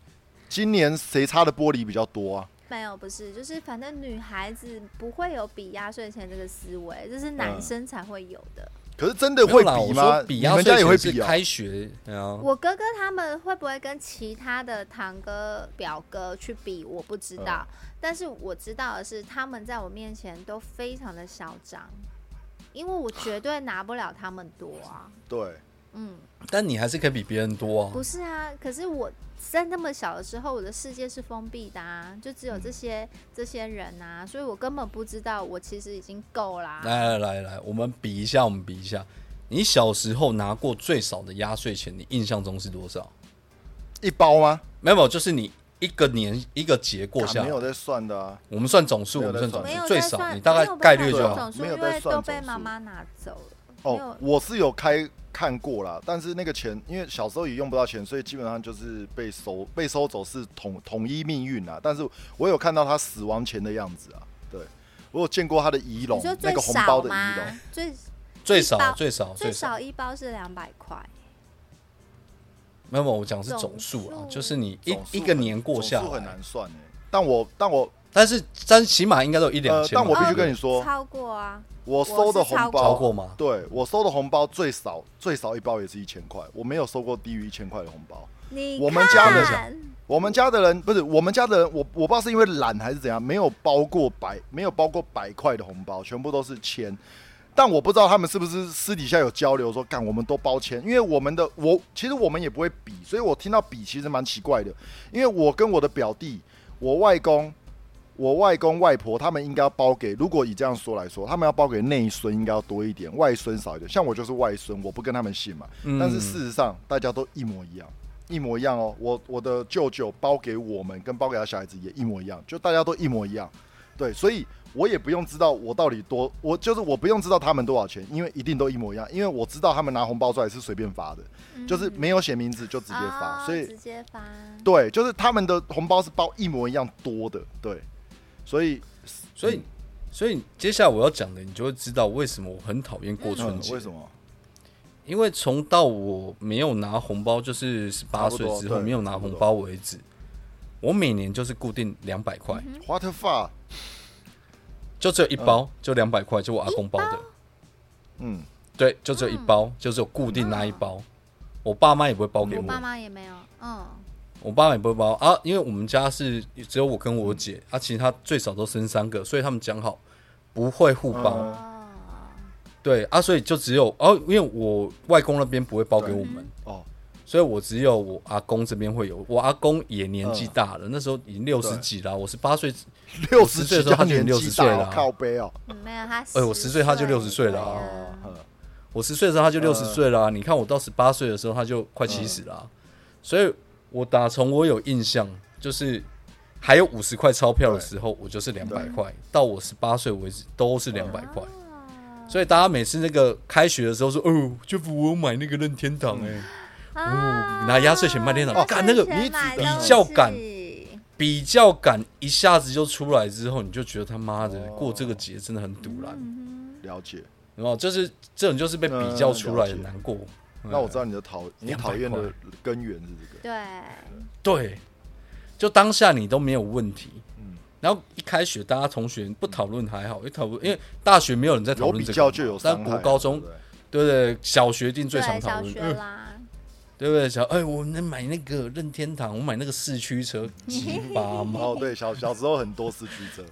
B: 今年谁擦的玻璃比较多啊？
C: 没有不是，就是反正女孩子不会有比压岁钱这个思维，这是
B: 嗯
C: 男生才会有的。
B: 可是真的
A: 没有
B: 会
A: 啦
B: 比
A: 我说
B: 吗？
A: 比
B: 你
A: 压
B: 们
A: 岁
B: 家也会
A: 钱是
B: 比啊？
A: 开学，对啊，
C: 我哥哥他们会不会跟其他的堂哥、表哥去比，我不知道。但是我知道的是，他们在我面前都非常的嚣张，因为我绝对拿不了他们多啊。
B: 对，
C: 嗯，
A: 但你还是可以比别人多啊。
C: 不是啊，可是我在那么小的时候，我的世界是封闭的啊，就只有这些、这些人啊，所以我根本不知道我其实已经够啦、
A: 来来来来，我们比一下，我们比一下。你小时候拿过最少的压岁钱，你印象中是多少？
B: 一包吗？
A: 没有，就是你一个年一个节过
B: 啊
A: 下
B: 没
A: 来，
B: 有在算的啊。
A: 我们算总数，
B: 没
A: 我
B: 有
A: 们
B: 在
A: 算总
B: 算
C: 没有
A: 数，
C: 在
A: 最少
C: 算
A: 你大概
C: 没有
A: 概
C: 办法
A: 率就
B: 对啊
A: 好。
C: 总数
B: 没有
C: 因
B: 在
C: 为
B: 算
C: 都被
B: 总数
C: 妈妈拿走了。没有
B: 哦，我是有开看过啦，但是那个钱，因为小时候也用不到钱，所以基本上就是被收被收走是统统一命运啦。但是我有看到他死亡前的样子啊，对我有见过他的仪容
C: 你说，
B: 那
C: 最
B: 个红
C: 少
B: 包的
C: 吗
B: 仪容，？
C: 最
A: 最
C: 一
A: 少
C: 包
A: 哦最少
C: 最
A: 少，
C: 少一包是两百块，
A: 没有没有，我讲的是
C: 总
A: 总数啊
C: 数，
A: 就是你一
B: 总数
A: 一个
B: 很
A: 年过下
B: 总数很
A: 来，
B: 难算哎。但我但我
A: 但是但起码应该都有一两
B: 呃，
A: 千吧。
B: 但我必
A: 对
B: 须
A: 不对
B: 跟你说，
C: 超过啊，
B: 我收的红包
A: 超过吗？
B: 对我收的红包最少最少一包也是一千块，我没有收过低于一千块的红包。
C: 你
B: 我们家的
C: 看
B: 我们家的人不是我们家的人，我我不知道是因为懒还是怎样，没有包过百没有包过百块的红包，全部都是千。但我不知道他们是不是私底下有交流说，干我们都包千，因为我们的我其实我们也不会比，所以我听到比其实蛮奇怪的，因为我跟我的表弟，我外公。我外公外婆他们应该要包给，如果以这样说来说，他们要包给内孙应该要多一点，外孙少一点。像我就是外孙，我不跟他们姓嘛。
A: 嗯
B: 但是事实上，大家都一模一样，一模一样哦。我我的舅舅包给我们，跟包给他小孩子也一模一样，就大家都一模一样。对，所以我也不用知道我到底多，我就是我不用知道他们多少钱，因为一定都一模一样，因为我知道他们拿红包出来是随便发的，就是没有写名字就直接发，
C: 哦
B: 所以
C: 直接发。
B: 对，就是他们的红包是包一模一样多的，对，所以嗯
A: 所以，所以接下来我要讲的，你就会知道为什么我很讨厌过春
B: 嗯，
A: 节、
B: 为什么？
A: 因为从到我没有拿红包，就是十八岁之
B: 差不多
A: 后
B: 对
A: 没有拿红包为止，我每年就是固定两百块，
C: 嗯
B: 花特发，
A: 就只有一包，就两百块，就我阿公包的。
B: 嗯，
A: 对，就只有一
C: 嗯
A: 包，就只有固定那一包。我爸妈也不会包给
C: 我
A: 我，
C: 爸妈也没有，嗯，
A: 我爸妈也不会包啊，因为我们家是只有我跟我姐，啊，其他最少都生三个，所以他们讲好不会互包。
B: 嗯
C: 哦，
A: 对啊，所以就只有哦，因为我外公那边不会包给我们，
B: 哦，
A: 所以我只有我阿公这边会有。我阿公也年纪大了，那时候已经六十
B: 嗯对
A: 几了，我十八岁，
B: 六
A: 十
B: 十
A: 岁的
B: 几
A: 时候
B: 加
A: 他就已
B: 年
A: 经
B: 纪
A: 60岁
B: 大哦
A: 了啊
B: 靠背哦，
C: 嗯没有他，
A: 哎我10岁他就60岁了
C: 对啊
B: 哦，呵
A: 我十岁的时候他就六
B: 嗯
A: 十岁了啊、你看我到十八岁的时候他就快七十了啊、所以我打从我有印象，就是还有五十块钞票的时候，我就是两百块，到我十八岁为止都是两百
B: 嗯
A: 块。
C: 哦
A: 所以大家每次那个开学的时候说，哦，就我有买那个任天
B: 嗯
A: 堂哎、
C: 啊
A: 哦拿压岁钱卖电脑
C: 压岁
A: 干那个
C: 钱
B: 你
C: 买
B: 比
C: 东
A: 较
C: 西
A: 敢比较感一下子就出来之后，你就觉得他妈的
B: 哦
A: 过这个节真的很堵然，
C: 嗯
B: 了解。
A: 然后就是这种就是被比较出来的
B: 嗯了解
A: 难过。
B: 那我知
A: 道，
B: 道你的讨你讨厌的根源是这
C: 哼
B: 个，
C: 对，
A: 对，就当下你都没有问题，
B: 嗯，
A: 然后一开学大家同学不讨论还好，一讨论因为大学没有人在讨
B: 有
A: 论
B: 比
A: 这个嘛，
B: 较嗯就有伤
A: 但
B: 害，
A: 国高中
B: 对不对
A: 对不对？小学一定最常
C: 对，
A: 讨
C: 小
A: 论，
C: 学
A: 嗯
C: 啦，
A: 对不对？小哎，我能买那个任天堂，我买那个四驱车，鸡巴妈，
B: 哦，对，小小时候很多四驱车，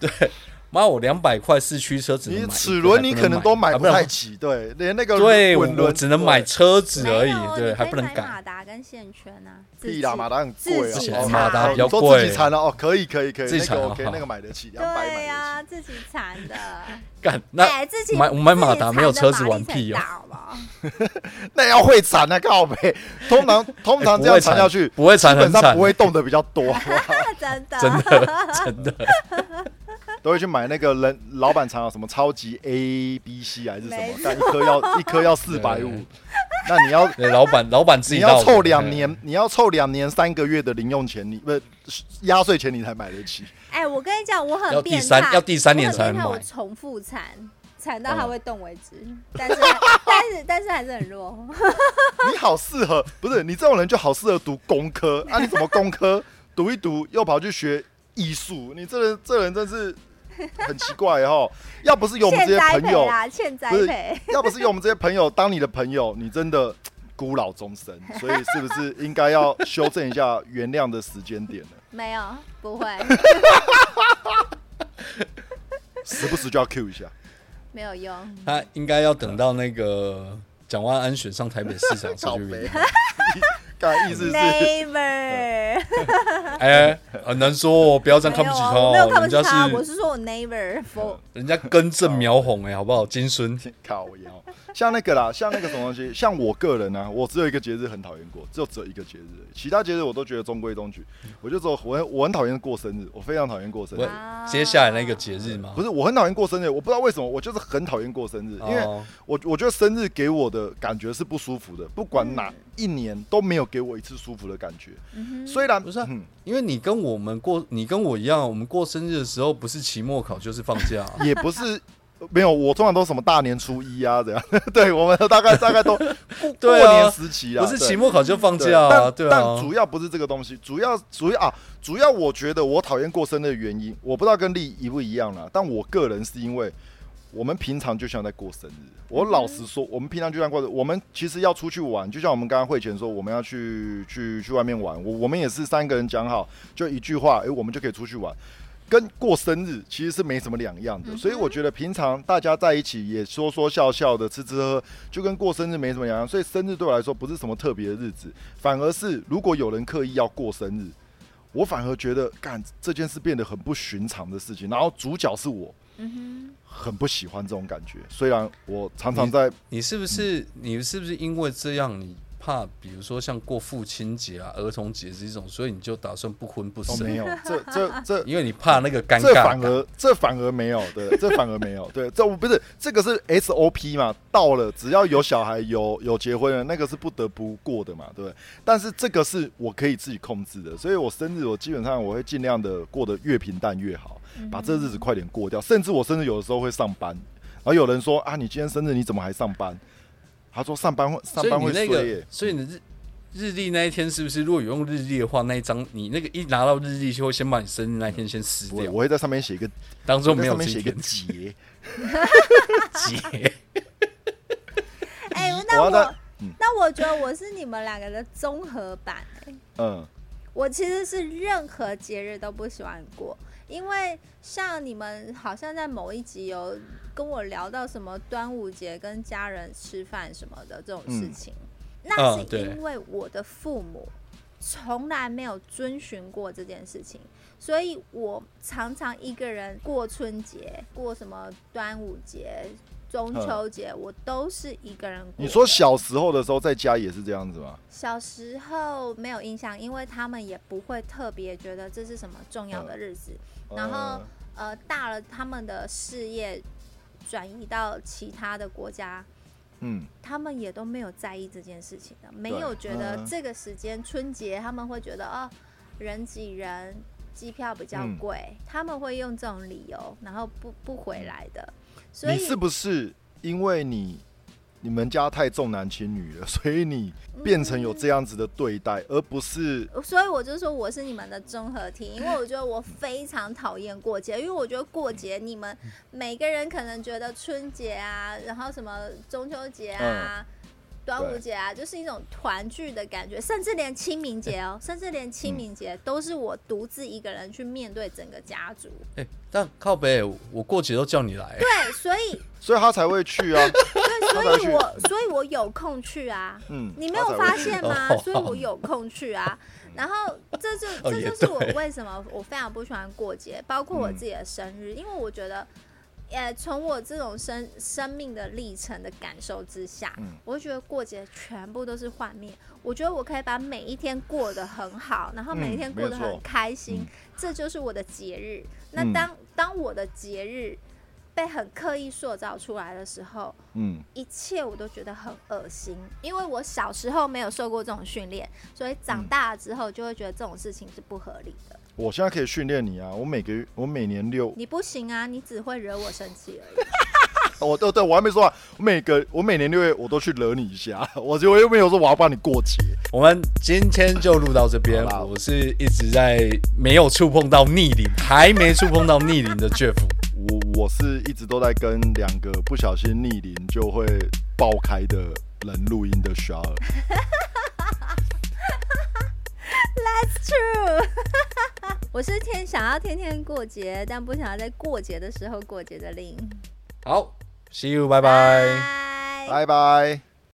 A: 妈我两百块四驱车只能买一
B: 你
A: 个
B: 齿轮你可能都买
A: 啊
B: 不太起，对，连那个
A: 对，我
B: 滚轮
A: 我只能买
B: 对
A: 车子而
C: 没有
A: 已，对，
C: 你
A: 还
C: 可以
A: 不能
C: 买
A: 改。
C: 马达跟线圈啊，自
B: 必
C: 己
B: 啦，马达很贵啊，
C: 自己
B: 哦
C: 马达
B: 哦
C: 比较
B: 你说自己
A: 贵
B: 缠的哦，可以可以可以，
A: 自己
B: 那
A: 缠
B: 个
A: 啊
B: OK，
A: 好
B: 那个买得起，两百
C: 对啊
B: 买得
C: 呀，
B: 起。
C: 自己缠的，
A: 干 那
C: 哎自己
A: 买我买马
C: 自己
A: 达
C: 缠
A: 没有
C: 的
A: 车子
C: 马力
A: 玩
C: 才
A: 屁哦
C: 大好不好
B: 那要会缠啊，靠背。通常通常
A: 不
B: 这样
A: 会
B: 缠
A: 缠
B: 下去，
A: 哎不会缠
B: 基本
A: 很
B: 上
A: 惨
B: 不会动的比较多， 啊
C: 真的，
A: 真的真的，
B: 都会去买那个人老板常有什么超级 A B C 还是什
C: 没
B: 么
C: 错，
B: 但一颗要一颗要四百五，那你要
A: 对，老板老板自
B: 你
A: 己到
B: 要
A: 的
B: 凑两，
A: 嗯
B: 年，你要凑两年三个月的零用钱，你不是压岁钱你才买得 起。
C: 哎，我跟你讲，我很
A: 要第
C: 变态，
A: 三要第三年
C: 我
A: 才
C: 很变态
A: 能买哦
C: 我重复缠，缠到它会动为止，但是 但是但是还是很弱。
B: 你好适合，不是你这种人就好适合读工科啊？你怎么工科 读一读又跑去学艺术？你这人这人真是很奇怪哈！要不是有我们
C: 欠
B: 这些
C: 栽
B: 朋
C: 培
B: 友，
C: 啦，欠栽
B: 不是
C: 培。
B: 要不是有我们这些朋友当你的朋友，你真的孤老终生。所以是不是应该要修正一下原谅的时间点呢？
C: 没有，不 会，
B: 时不时就要 Q 一下。
C: 没有用。
A: 他应该要等到那个蒋万安选上台北市长才
B: 靠
A: 去
B: 北
A: 约。
B: 干意思是
C: Never，
A: 哎，很难说，哦，不要这样看
C: 没
A: 不起
C: 有啊
A: 他
C: 我没有
A: 哦，
C: 看不
A: 人
C: 起
A: 家
C: 他，我
A: 是
C: 是说我 never for
A: 人家根正苗红哎，好不好？金孙
B: 靠腰，像那个啦，像那个什么东西，像我个人呢、啊，我只有一个节日很讨厌过，只有只有一个节日而已，其他节日我都觉得中规中矩。我就说我很我很讨厌过生日，我非常讨厌过生日
A: 我。
C: 啊
A: 接下来那个节日嘛
B: 不，是我很讨厌过生日，我不知道为什么，我就是很讨厌过生日，因为
A: 哦
B: 我我觉得生日给我的感觉是不舒服的，不管哪、一年都没有给我一次舒服的感觉。
C: 嗯哼，
B: 虽然
A: 不是啊
B: 嗯
A: 因为你跟我们过，你跟我一样，我们过生日的时候不是期末考就是放假 啊、
B: 也不是呃没有，我通常都什么大年初一啊，这样。 对，我们大概大概都过过
A: 对啊
B: 年时期啦，
A: 不是
B: 对
A: 期末考就放
B: 对
A: 假啊，
B: 但
A: 对啊
B: 但。主要不是这个东西，主要主要啊，主要我觉得我讨厌过生日的原因，我不知道跟丽一不一样啦，但我个人是因为。我们平常就像在过生日。我老实说，我们平常就像过生日。我们其实要出去玩，就像我们刚刚会前说，我们要去去去外面玩。我我们也是三个人讲好，就一句话，诶，我们就可以出去玩，跟过生日其实是没什么两样的。所以我觉得平常大家在一起也说说笑笑的，吃吃喝喝，就跟过生日没什么两样。所以生日对我来说不是什么特别的日子，反而是如果有人刻意要过生日，我反而觉得干这件事变得很不寻常的事情。然后主角是我，
C: 嗯
B: 很不喜欢这种感觉。虽然我常常在
A: 你是不是你是不是因为这样，你怕比如说像过父亲节啊、儿童节这种，所以你就打算不婚不
B: 都
A: 生？
B: 哦没有，这这这
A: 因为你怕那个尴
B: 这
A: 尬
B: 反
A: 感。
B: 而这反而没有， 对，这反而没有，对，这我不是这个是 SOP 嘛，到了只要有小孩有有结婚了，那个是不得不过的嘛，对不对。但是这个是我可以自己控制的，所以我生日我基本上我会尽量的过得越平淡越好，把这日子快点过掉。甚至我甚至有的时候会上班，然后有人说啊，你今天生日你怎么还上班？他说上班会上
A: 所以
B: 班
A: 你
B: 会
A: 那
B: 睡耶、
A: 个，所以你日日历那一天是不是？如果有用日历的话，那一张你那个一拿到日历，就会先把你生日那一天先撕
B: 我
A: 掉，
B: 我会在上面写一个，
A: 当做没
B: 在
A: 有
B: 上面
A: 这
B: 写
A: 一
B: 一个
A: 天
B: 结。
A: 节。
C: 哼，哎、
B: 我
C: 那
B: 要
C: 我
B: 在嗯
C: 那我觉得我是你们两个的综合版、哎
B: 嗯，
C: 我其实是任何节日都不喜欢过，因为像你们好像在某一集有跟我聊到什么端午节跟家人吃饭什么的这种
B: 嗯
C: 事
B: 啊
C: 情，那
A: 嗯
C: 是
A: 对
C: 因为我的父母从来没有遵循过这件事情，所以我常常一个人过春节、过什么端午节、中秋节，我都是一个人过的。
B: 嗯你说小时候的时候在家也是这样子吗？
C: 小时候没有印象，因为他们也不会特别觉得这是什么重要的日子。然后
B: 嗯
C: 呃，大了他们的事业转移到其他的国家，
B: 嗯，
C: 他们也都没有在意这件事情的，没有觉得
B: 嗯
C: 这个时间春节他们会觉得哦，人挤人，机票比较
B: 嗯
C: 贵，他们会用这种理由，然后不不回来的。所以
B: 嗯你是不是因为你你们家太重男轻女了， 所以你变成有这样子的对待，而不是
C: 所以我就说我是你们的综合体，因为我觉得我非常讨厌过节，因为我觉得过节你们每个人可能觉得春节啊，然后什么中秋节啊、
B: 嗯
C: 端午节啊，就是一种团聚的感觉，甚至连清明节哦，甚至连清明节都是我独自一个人去面对整个家族，
A: 哎、但靠北，我过节都叫你来。
C: 对，所以
B: 所以他才会去啊。
C: 对，所
B: 他才
C: 以
B: 去
C: 我所以我有空去啊，
B: 嗯，
C: 你没有发现吗
A: 哦？
C: 所以我有空去啊。然后这就
A: 哦
C: 这
A: 也
C: 就是我
A: 对
C: 为什么我非常不喜欢过节，包括我
B: 嗯
C: 自己的生日，因为我觉得，呃，从我这种生生命的历程的感受之下，
B: 嗯
C: 我会觉得过节全部都是幻灭。我觉得我可以把每一天过得很好，然后每
B: 嗯
C: 一天
B: 没
C: 过得
B: 错
C: 很开心，
B: 嗯
C: 这就是我的节日。那
B: 嗯
C: 当、当我的节日被很刻意塑造出来的时候，
B: 嗯
C: 一切我都觉得很恶心，因为我小时候没有受过这种训练，所以长大了之后就会觉得这种事情是不合理的。
B: 我现在可以训练你啊！我每个月，我每年六，
C: 你不行啊，你只会惹我生气而已。
B: 我哦对对，我还没说完。我每个我每年六月我都去惹你一下， 我就我又没有说我要帮你过节。
A: 我们今天就录到这边。
B: 好啦
A: 我是一直在没有触碰到逆鳞，还没触碰到逆鳞的 Jeff。
B: 我我是一直都在跟两个不小心逆鳞就会爆开的人录音的 s h a r
C: True，我是天想要天天过节，但不想要在过节的时候过节的令。
A: 好，See you，拜拜。
C: 拜
B: 拜拜。